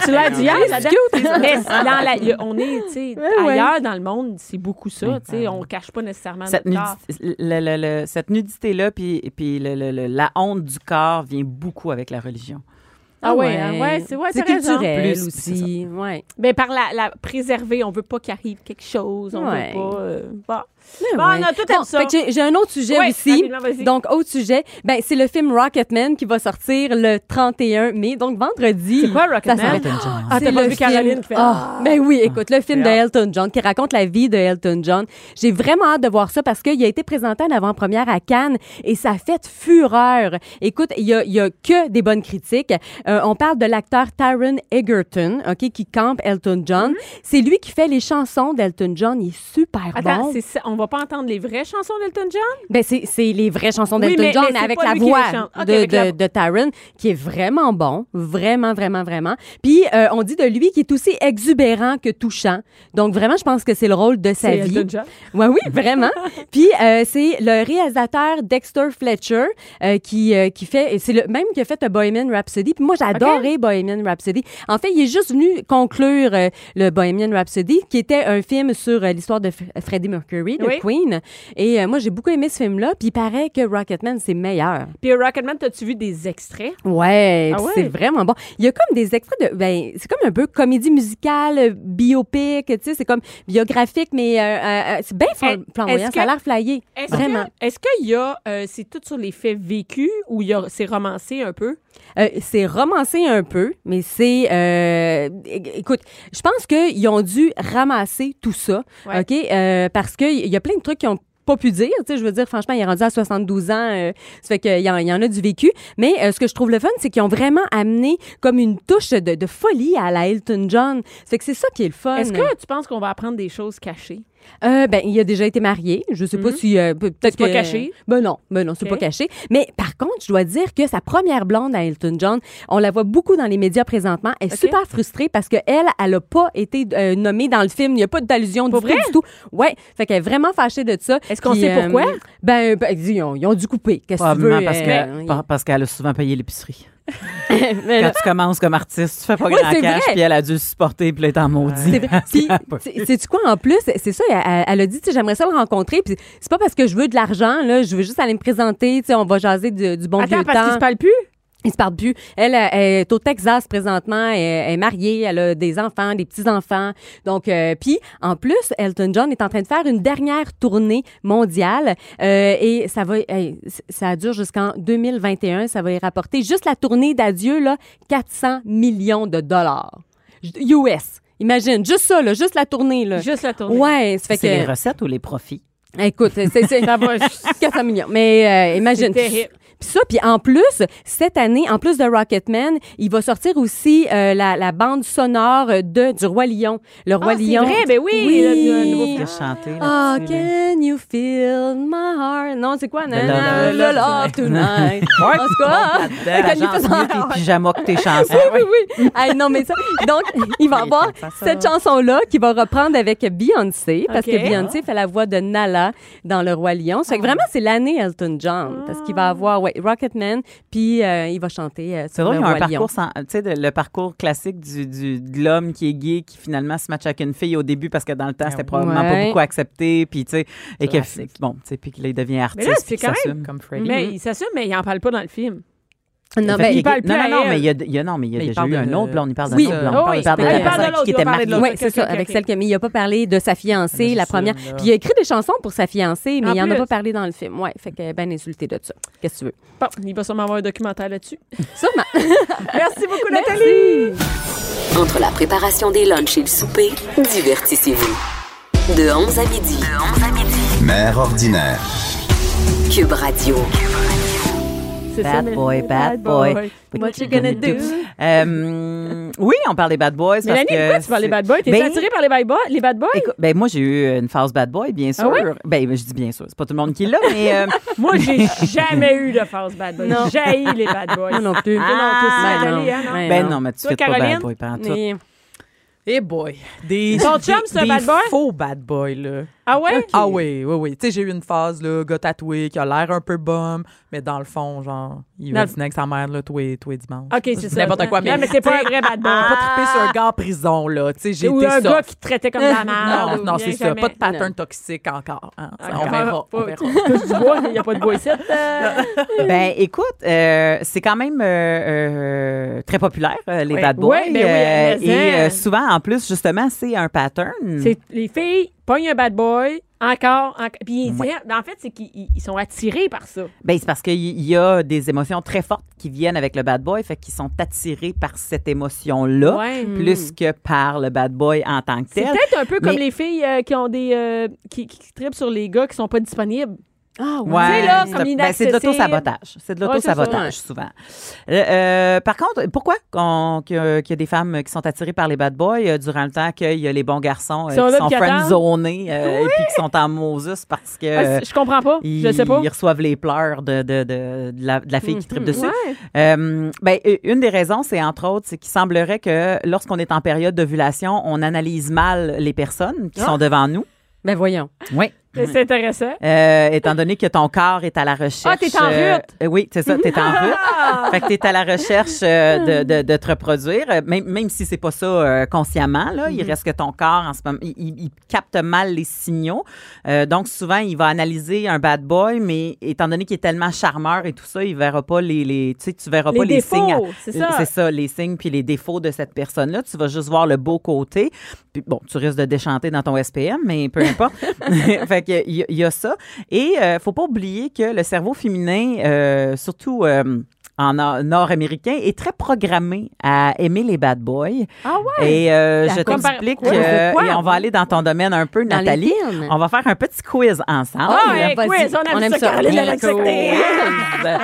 tu l'as dit hier, la dame. Mais dans la- y a- on est, tu sais,
[LAUGHS] ouais.
ailleurs dans le monde, c'est beaucoup ça. Tu sais, on cache pas nécessairement
cette,
notre corps.
nudi- le- le- le- cette nudité-là, puis, puis le- le- le- la honte du corps vient beaucoup avec la religion.
Ah ouais, hein, ouais, c'est- ouais,
c'est hein.
t'as raison.
culturel
Plus,
aussi. Ouais.
Mais par la, la préserver, on veut pas qu'il arrive quelque chose. On
Ouais.
veut pas. euh, bon.
Mais
Bon, on a tout aimé ça.
Ah, fait que j'ai- J'ai un autre sujet
Ouais,
aussi.
rapidement, vas-y.
Donc, autre sujet, ben, c'est le film Rocketman qui va sortir le 31 mai, donc vendredi. C'est
quoi, Rocketman?
Ça va être une chance.
Ah, t'as pas vu Caroline qui fait, Ah,
ben oui, écoute, le film de Elton John qui raconte la vie de Elton John. J'ai vraiment hâte de voir ça parce qu'il a été présenté en avant-première à Cannes et ça a fait fureur. Écoute, il y a, il y a que des bonnes critiques. Euh, on parle de l'acteur Taron Egerton, OK, qui campe Elton John. C'est lui qui fait les chansons d'Elton John. Il est super
Mm-hmm. Attends,
Ah bon.
c'est ça- on va pas entendre les vraies chansons d'Elton John?
Ben, c'est c'est les vraies chansons
Oui,
d'Elton
mais-
John,
mais
mais
c'est
avec
pas
la
lui qui les
voix
chante. Ok,
de,
avec
de,
la-
de Taron, qui est vraiment bon, vraiment, vraiment, vraiment. Puis, euh, on dit de lui qu'il est aussi exubérant que touchant. Donc, vraiment, je pense que c'est le rôle de sa
C'est
vie.
Elton John.
Ouais, oui, vraiment. Puis, euh, c'est le réalisateur Dexter Fletcher euh, qui, euh, qui fait, et c'est le même qui a fait euh, Bohemian Rhapsody. Puis moi, j'ai adoré Bohemian Rhapsody. En fait, il est juste venu conclure euh, le Bohemian Rhapsody, qui était un film sur euh, l'histoire de F- Freddie Mercury, de
Oui.
Queen. Et euh, moi, j'ai beaucoup aimé ce film-là. Puis il paraît que Rocketman, c'est meilleur.
Puis Rocketman, t'as-tu vu des extraits?
Ouais,
Ah
puis
ouais?
c'est vraiment bon. Il y a comme des extraits de ben c'est comme un peu comédie musicale, euh, biopic, tu sais, c'est comme biographique mais euh, euh, euh, c'est bien flam-
Est-
flamboyant,
est-ce
ça a
que-
l'air flyé.
Est-ce
Vraiment.
que- Est-ce qu'il y a. euh, c'est tout sur les faits vécus ou il y a- c'est romancé un peu?
Euh, c'est romancé un peu, mais c'est euh, é- écoute, je pense qu'ils ont dû ramasser tout ça,
Ouais.
ok, euh, parce que il y a plein de trucs qui ont pas pu dire, tu sais, je veux dire, franchement, il est rendu à 72 ans, euh, ça fait qu'il y, en- il y en a du vécu, mais euh, ce que je trouve le fun, c'est qu'ils ont vraiment amené comme une touche de, de folie à la Elton John, ça fait que c'est ça qui est le fun.
Est-ce que tu penses qu'on va apprendre des choses cachées?
Euh, ben, il a déjà été marié. Je sais pas si euh, peut- peut-être
Mhm. C'est pas
que-
caché?
Ben non, ben non, c'est
Ok.
pas caché. Mais par contre, je dois dire que sa première blonde à Elton John, on la voit beaucoup dans les médias présentement. Elle est
Ok.
super frustrée parce que elle, elle a pas été euh, nommée dans le film. Il n'y a pas d'allusion du
Pour
tout,
vrai?
du tout. Ouais, fait qu'elle est vraiment fâchée de ça.
Est-ce qu'on
Puis,
sait pourquoi?
Ben, ben, ils, ont, ils ont dû couper. Qu'est-ce que tu veux
Probablement parce
euh,
que-
ils- [LAUGHS]
par- parce qu'elle a souvent payé l'épicerie.
Mais
Quand
là-
tu commences comme artiste, tu fais pas
Oui,
grand
c'est
cash,
vrai.
puis elle a dû le supporter, puis là, elle est en maudit.
[LAUGHS] C'est vrai. Puis, tu- sais-tu quoi, en plus, c'est ça, elle, elle a dit, tu sais, j'aimerais ça le rencontrer, puis c'est pas parce que je veux de l'argent, là, je veux juste aller me présenter, tu sais, on va jaser du, du bon vieux
Attends, parce qu'ils se
temps.
parlent plus?
Ils se parlent plus. Elle, elle, elle est au Texas présentement. Elle, elle est mariée. Elle a des enfants, des petits-enfants. Donc, euh, puis en plus, Elton John est en train de faire une dernière tournée mondiale euh, et ça va, hey, c- ça dure jusqu'en 2021. Ça va y rapporter juste la tournée d'adieu là 400 millions de dollars J- US. Imagine, juste ça là, juste la tournée là.
Juste la tournée.
Euh, Ouais, ça fait
C'est les
que.
recettes ou les profits?
Ah.
Écoute, c'est c'est- 400 millions. Mais euh, imagine.
C'est terrible.
Puis ça, puis en plus, cette année, en plus de Rocketman, il va sortir aussi euh, la, la bande sonore de du Roi Lion. Le
Ah,
Roi
c'est
Lion.
vrai, ben oui, le- le nouveau
oui.
film.
De chanter.
Ah,
là-dessus, là.
can you feel my heart? Non, c'est quoi? Na, na,
love,
le
love
love tonight.
Ouais,
En tout cas,
La
can you feel my heart?
pyjama que tes chansons.
oui, oui. Ah, non, mais ça. Donc, il va avoir cette chanson-là qu'il va reprendre avec Beyoncé, parce
Ok.
que Beyoncé fait la voix de Nala dans Le Roi Lion. Ça fait que vraiment, c'est l'année Elton John, parce qu'il va avoir ouais, Rocketman, puis euh, il va chanter euh,
C'est
sur
drôle,
Le
il y a un
Roi Lion.
parcours, sans- tu sais, de- le parcours classique du, du- de l'homme qui est gay, qui finalement se matche avec une fille au début parce que dans le temps, c'était probablement
Ouais.
pas beaucoup accepté, puis tu sais, et que
Classique.
bon, tu sais, puis qu'il il devient artiste.
là, c'est
puis qu'il
quand même
s'assume.
Comme Freddy.
Mm-hmm.
Mais il s'assume, mais il n'en parle pas dans le film.
Non,
Fait
ben,
qu'il
il parle
non,
plus à
non, non,
elle.
mais il y a, il y a- non, mais il y a
Mais il
déjà
parle
eu
de-
un autre blonde, il parle d'un
Oui.
autre blonde,
Ah
il parle,
oui,
il parle de
il
la
parle de
personne
l'autre,
qui
il
était
va parler de
mariée.
l'autre.
Oui,
Ok,
c'est
ok,
ça,
ok,
avec
ok.
celle qui a mis. Il n'a pas parlé de sa fiancée,
Mais
la
je suis
première.
sûre, là.
Puis il a écrit des chansons pour sa fiancée, mais
En
il n'en a
plus.
pas parlé dans le film. Ouais, fait que ben insulté de ça. Qu'est-ce que tu veux?
Bon, il va sûrement avoir un documentaire là-dessus.
Sûrement. [LAUGHS]
Merci beaucoup, Nathalie.
Entre la préparation des lunchs et le souper, divertissez-vous. De 11 à midi. De 11 à midi.
Mère ordinaire.
Cube Radio.
C'est ça,
Bad
mais-
boy, bad boy.
What you
[LAUGHS]
gonna do?
Euh, oui, on parle des bad boys.
Mélanie,
parce que
pourquoi tu parles des
c'est-
bad boys? T'es
Ben,
attirée par les bad boys? Les bad boys?
écoute, ben, moi, j'ai eu une phase bad boy, bien sûr.
ouais?
Ben, je dis bien sûr, c'est pas tout le monde qui l'a,
[LAUGHS]
mais euh,
Moi, j'ai jamais eu de phase bad boy. J'ai les bad boys.
Moi non plus.
Ah,
Ben non.
Nathalie, hein, non?
Ben
ben
non.
non, mais tu
Toi,
fais pas
Caroline?
bad boy pendant tout.
Mais-
Eh boy! Des,
Ton chum,
des-
c'est un
des
bad boy?
faux bad boy, là.
Ah ouais?
Ah oui, oui, oui. Tu sais, j'ai eu une phase, là, gars tatoué, qui a l'air un peu bum, mais dans le fond, genre, il
Dans le-
va dîner avec sa mère, là, tous les, tous les dimanches.
OK, c'est ça.
N'importe quoi, mais...
Non, mais c'est pas un
tu sais,
vrai bad boy.
Pas trippé sur un gars en prison, là. Tu sais, j'ai
Ou
été
un
soft.
gars qui te traitait comme de
[LAUGHS]
la merde.
Non, non,
ou bien
c'est ça.
jamais.
Pas de pattern toxique encore. hein. Ça,
Ah,
On verra,
pas-
on verra.
Touche du bois, mais il n'y a pas de bois
[LAUGHS]
ici. Euh,
Ben, écoute, euh, c'est quand même euh, euh, très populaire, euh, les
Oui.
bad boys.
Oui, ben oui,
euh,
mais
et
ça.
euh, souvent, en plus, justement, c'est un pattern.
C'est les filles pognent un bad boy encore, encore puis ils disent- en fait c'est qu'ils ils- ils sont attirés par ça.
Ben, c'est parce qu'il y a des émotions très fortes qui viennent avec le bad boy, fait qu'ils sont attirés par cette émotion-là,
Ouais.
plus que par le bad boy en tant que
C'est
tel.
peut-être un peu comme
Mais-
les filles euh, qui ont des euh, qui, qui, trippent sur les gars qui sont pas disponibles.
Ah ouais.
Tu sais, là, comme
c'est de- ben, c'est
inaccessible.
de l'auto-sabotage. C'est de
Ouais, c'est ça.
l'auto-sabotage,
Ouais.
souvent. Euh, euh, par contre, pourquoi qu'on- qu'il y, a- qu'il y a des femmes qui sont attirées par les bad boys euh, durant le temps qu'il y a les bons garçons euh,
Ils sont
qui
là
sont
puis qui attendent.
friendzonés euh, et puis qui sont en Moses parce que...
Ah,
euh,
c'est- je comprends pas,
ils,
je sais pas. Mhm.
ils reçoivent les pleurs de, de, de, de la, de la fille qui tripe dessus.
Ouais.
Euh, ben, u- une des raisons, c'est entre autres, c'est qu'il semblerait que lorsqu'on est en période d'ovulation, on analyse mal les
Ah!
personnes qui sont devant nous.
Ben voyons.
Oui.
Mais C'est intéressant.
Euh, étant donné que ton corps est à la recherche.
Ah, t'es en Ah!
euh,
rut.
euh, oui, c'est ça, t'es en rut. fait que t'es à la recherche euh, de, de, de te reproduire, euh, même, même si c'est pas ça euh, consciemment, là,
Mm-hmm.
il reste que ton corps, en ce moment, il, il- il capte mal les signaux. Euh, donc, souvent, il va analyser un bad boy, mais étant donné qu'il est tellement charmeur et tout ça, il verra pas les, les tu sais, tu verras
Les
pas
défauts,
les signes. à-
c'est ça.
C'est ça, les signes puis les défauts de cette personne-là. Tu vas juste voir le beau côté. Puis bon, tu risques de déchanter dans ton SPM, mais
[LAUGHS]
peu importe. [LAUGHS] fait que il y, a- il y a ça. Et euh, faut pas oublier que le cerveau féminin, euh, surtout euh, en nor- nord-américain, est très programmé à aimer les bad boys.
Ah
Et euh,
La
je
compar-
t'explique,
Ouais,
euh,
c'est quoi?
et on va aller dans ton domaine un peu,
Dans les
Nathalie.
films.
On va faire un petit quiz ensemble.
Ah,
ouais,
hey,
vas-y.
quiz, on aime ça, Caroline, elle a
Cool.
accepté. [LAUGHS]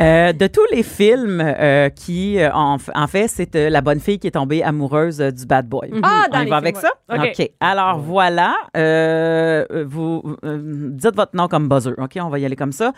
Euh, de tous les films euh, qui, euh, en, f- en fait, c'est euh, la bonne fille qui est tombée amoureuse euh, du bad boy.
Ah, dans
On y
les films,
va avec
ouais.
ça?
OK.
Alors, voilà. Euh, vous euh, dites votre nom comme buzzer. OK, on va y aller comme ça.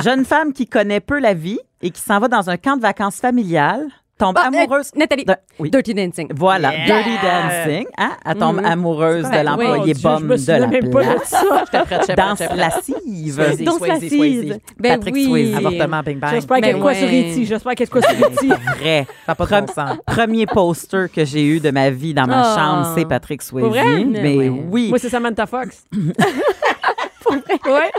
[LAUGHS] Jeune femme qui connaît peu la vie et qui s'en va dans un camp de vacances familial, tombe
Bah,
Bon, euh,
amoureuse...
Nathalie.
de- Bah, oui.
Dirty Dancing.
Voilà, Dirty Dancing, hein? Elle tombe
Mm-hmm.
amoureuse de
correct.
l'employé
Mon Oh, Dieu,
bum
je me
de
souviens
la
même pas de
place.
Ah,
ça.
Danse lascive.
Swayze,
Danse
Swayze,
lascive.
Swayze.
Ben
Patrick
oui.
Swayze. Avortement, bing bang.
J'espère qu'il y a
Ben
de quoi
ouais.
sur E.T. J'espère qu'il y a de quoi sur E E.T.
Vrai.
Ça n'a pas de bon sens.
Premier poster que j'ai eu de ma vie dans ma
Ah.
chambre, c'est Patrick Swayze.
Pour vrai?
Mais
Ouais.
oui.
Moi, c'est Samantha Fox. ouais.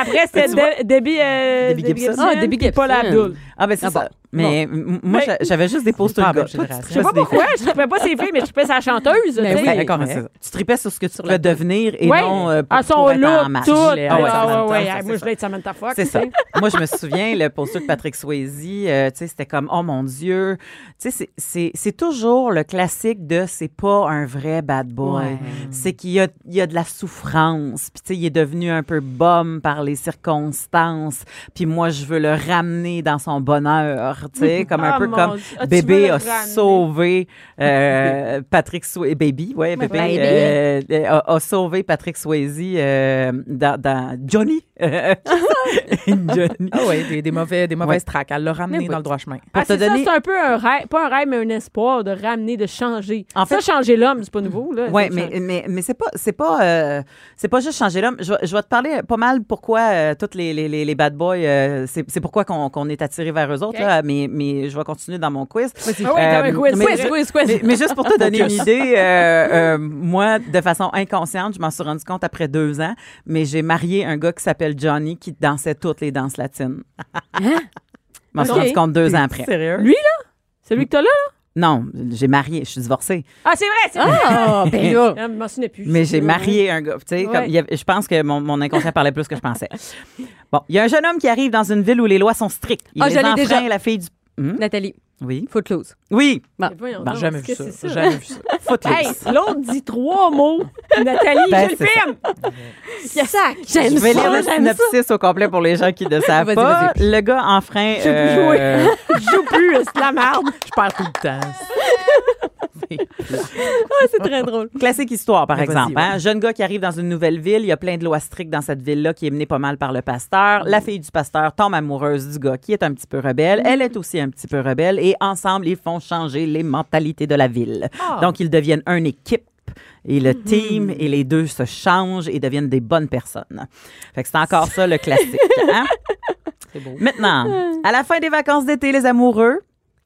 Après, c'était De- Debbie, euh,
Debbie Gibson.
Ah, Debbie
puis Paul
Gibson.
Abdul.
Ah, ben c'est
Ah bon.
ça. Mais m- moi,
Ben,
j'a- j'avais juste des posters
pas
de
la
gars.
même génération.
Je sais pas pourquoi, je trouvais pas ses filles, mais je trouvais sa chanteuse.
Mais
tu sais.
oui.
D'accord, mais c'est ça. Tu tripais sur ce que tu pouvais devenir et
Ouais.
non euh, pour,
à son
pour être en
look,
marche.
tout. Ah
Ah ouais,
ouais, ouais,
ça,
ouais.
c'est
Moi, je
ça.
voulais être Samantha Fox.
C'est
tu [LAUGHS]
ça.
sais.
Moi, je me souviens, le poster de Patrick Swayze, euh, tu sais, c'était comme, oh mon Dieu. Tu sais, c'est- c'est- c'est toujours le classique de c'est pas un vrai bad boy.
Ouais.
C'est qu'il y a, il y a de la souffrance. Puis, tu sais, il est devenu un peu bum par les circonstances. Puis, moi, je veux le ramener dans son bonheur.
[LAUGHS]
Tu sais, comme un
Ah,
peu
mon
comme
Dieu. Ah, tu veux
bébé
le
a
ramener.
sauvé
[LAUGHS]
euh, Patrick Swayze. Baby, ouais, bébé.
Baby.
euh, euh, a, a sauvé Patrick Swayze euh, dans, dans Johnny. euh,
[LAUGHS]
Johnny.
Ah oui, des, des mauvais, des mauvaises traques. Elle l'a ramené
Mais oui.
dans le droit chemin.
Ah,
te
c'est ça,
donner-
c'est un peu un rêve, pas un rêve, mais un espoir de ramener, de changer.
En fait-
ça, changer l'homme, c'est pas nouveau. Là,
Oui,
C'est
mais,
changer-
mais, mais c'est pas c'est pas euh, c'est pas juste changer l'homme. Je, vais- je vais te parler pas mal pourquoi euh, toutes les, les, les, les bad boys euh, c'est c'est pourquoi qu'on qu'on est attiré vers eux
Ok.
autres là, mais mais je vais continuer dans mon quiz. Euh,
Ah oui, t'as un quiz,
mais-
quiz, quiz, quiz.
mais, mais juste pour
[LAUGHS]
te donner une idée, euh, euh, moi, de façon inconsciente, je m'en suis rendu compte après deux ans, mais j'ai marié un gars qui s'appelle Johnny qui dansait toutes les danses latines. Je [LAUGHS] m'en suis
Hein? Ok.
rendu compte deux ans après.
Sérieux?
Lui, là? Celui que t'as là? là?
Non, j'ai marié, je suis divorcée.
Ah, c'est vrai, c'est vrai.
Ah, ben là.
Ah, Je m'en souvenais plus.
Mais j'ai marié un gars. Tu sais, comme
Ouais.
il y avait- je pense que mon, mon inconscient parlait plus que je pensais. [LAUGHS] Bon, il y a un jeune homme qui arrive dans une ville où les lois sont strictes. Il
Ah,
les
je l'ai
enfreint,
déjà.
la fille du. Hmm?
[LAUGHS] Nathalie,
Oui.
Footloose.
Oui.
Mais voyons
Ben,
donc,
Jamais
qu'est-ce
vu
que
ça.
c'est
Jamais vu ça.
Footloose.
Hey, l'autre dit trois mots.
[LAUGHS]
Nathalie,
Ben,
je
c'est
le filme. Sac.
J'aime
Je vais lire
ça,
le
j'aime ça.
synopsis au complet pour les gens qui
[LAUGHS]
ne savent
Vas-y,
pas.
vas-y.
Le gars enfreint.
Je veux plus
euh,
Je joue plus, c'est de la merde.
Je perds tout le
[LAUGHS]
temps.
Ah, c'est très drôle.
Classique histoire, par
Mais vas-y,
exemple.
ouais.
hein. Jeune gars qui arrive dans une nouvelle ville, il y a plein de lois strictes dans cette ville-là qui est menée pas mal par le pasteur. La fille du pasteur tombe amoureuse du gars qui est un petit peu rebelle. Elle est aussi un petit peu rebelle et ensemble, ils font changer les mentalités de la ville.
Ah.
Donc, ils deviennent une équipe. Et
Mm-hmm.
le team et les deux se changent et deviennent des bonnes personnes. Fait que c'est encore ça le
[LAUGHS]
classique. hein. Maintenant, à la fin des vacances d'été, les amoureux,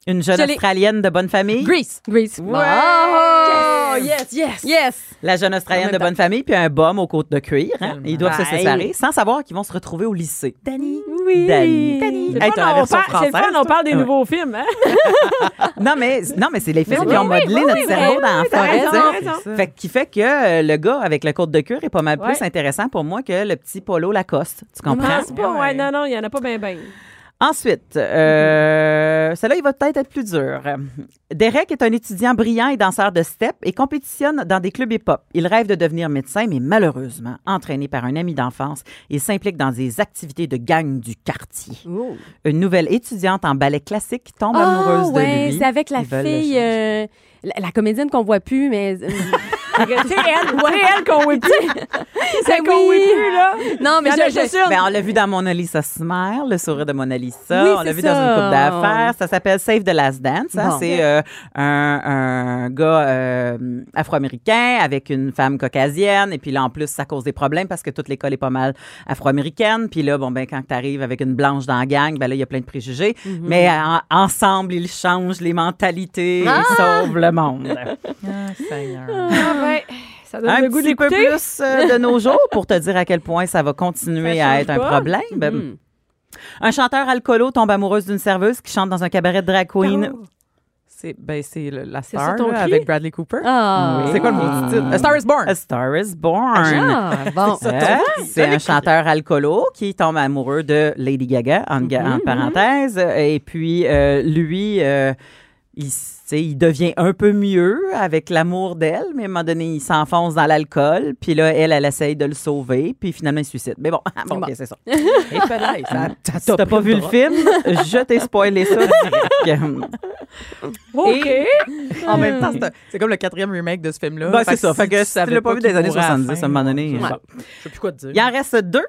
une jeune
Je l'ai.
Australienne de bonne famille.
Grease. Grease.
Oh,
Ouais.
yes, yes. Yes.
La jeune
En
Australienne
même
de
temps.
bonne famille, puis un bum aux côtes de cuir. hein.
Tellement.
Ils doivent se
Ben,
Bye.
séparer sans savoir qu'ils vont se retrouver au lycée. Danny.
Oui.
Danny.
C'est
Hey,
le fun,
t'as la
on
version
parle- c'est le fun,
française,
on parle des
Ouais.
nouveaux films. Hein?
Non, mais, non, mais c'est les films
Non,
qui ont
mais oui,
modelé
oui,
notre
oui,
cerveau
oui,
t'as
d'enfant.
raison,
tu sais.
t'as raison.
hein. Fait que- qui fait que euh, le gars avec le côte de cuir est pas mal plus
Ouais.
intéressant pour moi que le petit polo Lacoste. Tu
Je
comprends?
pense pas, ouais, non, non, il y en a pas ben ben.
Ensuite, euh, celle-là, il va peut-être être plus dur. Derek est un étudiant brillant et danseur de step et compétitionne dans des clubs hip-hop. Il rêve de devenir médecin, mais malheureusement, entraîné par un ami d'enfance, il s'implique dans des activités de gang du quartier. Une nouvelle étudiante en ballet classique tombe
Ah,
amoureuse de
ouais,
lui.
c'est avec la
Ils veulent le
fille,
changer.
euh, la, la comédienne qu'on voit plus, mais. euh,
Fait que, Tu sais, elle, c'est elle qu'on whip
[LAUGHS]
plus. C'est elle qu'on
oui.
whip plus, là.
non, mais
Il y en a
je, je-
juste une.
Ben, on l'a vu dans Mona Lisa Smile, le sourire de Mona Lisa.
Oui,
on l'a
c'est
vu
ça.
dans une coupe d'affaires. Ça s'appelle Save the Last Dance. hein.
Bon.
C'est euh, un, un gars euh, afro-américain avec une femme caucasienne. Et puis là, en plus, ça cause des problèmes parce que toute l'école est pas mal afro-américaine. Puis là, bon, ben, quand tu arrives avec une blanche dans la gang, ben là, il y a plein de préjugés.
Mm-hmm.
Mais en- ensemble, ils changent les mentalités. Ils sauvent le monde.
Ah, Seigneur.
Ah, ben, ça donne
un
le goût de
petit peu
l'écouter.
plus euh, de nos jours pour te dire à quel point ça va continuer
Ça
à
change
être un
pas.
problème. Ben, Un chanteur alcoolo tombe amoureuse d'une serveuse qui chante dans un cabaret de drag queen.
C'est ben, c'est le- la
ça
star
ton
là,
cri?
avec Bradley Cooper.
Ah.
C'est quoi le mot du titre? A Star is Born.
A Star is Born.
Ah, bon.
[LAUGHS]
Hein? C'est un chanteur alcoolo qui tombe amoureux de Lady Gaga, en,
Mm-hmm,
ga- en parenthèse. Et puis, euh, lui, euh, il, s- tu sais, il devient un peu mieux avec l'amour d'elle, mais à un moment donné, il s'enfonce dans l'alcool. Puis là, elle, elle essaye de le sauver. Puis finalement, il se suicide. Mais bon, [LAUGHS] bon, ok, c'est ça.
[LAUGHS] Et peut-être, ça- ça-
Si t'as pas vu le film, je t'ai
[LAUGHS]
spoilé ça direct.
OK.
En même
Hmm.
temps, c'est un- c'est comme le quatrième remake de ce film-là.
Ben, c'est ça. Fait que
tu
si
savais
tu l'as pas vu
qu'il
des années
mourrait à la
70,
fin,
à un moment donné,
ouais.
ouais.
Je sais plus quoi te dire.
Il en reste deux.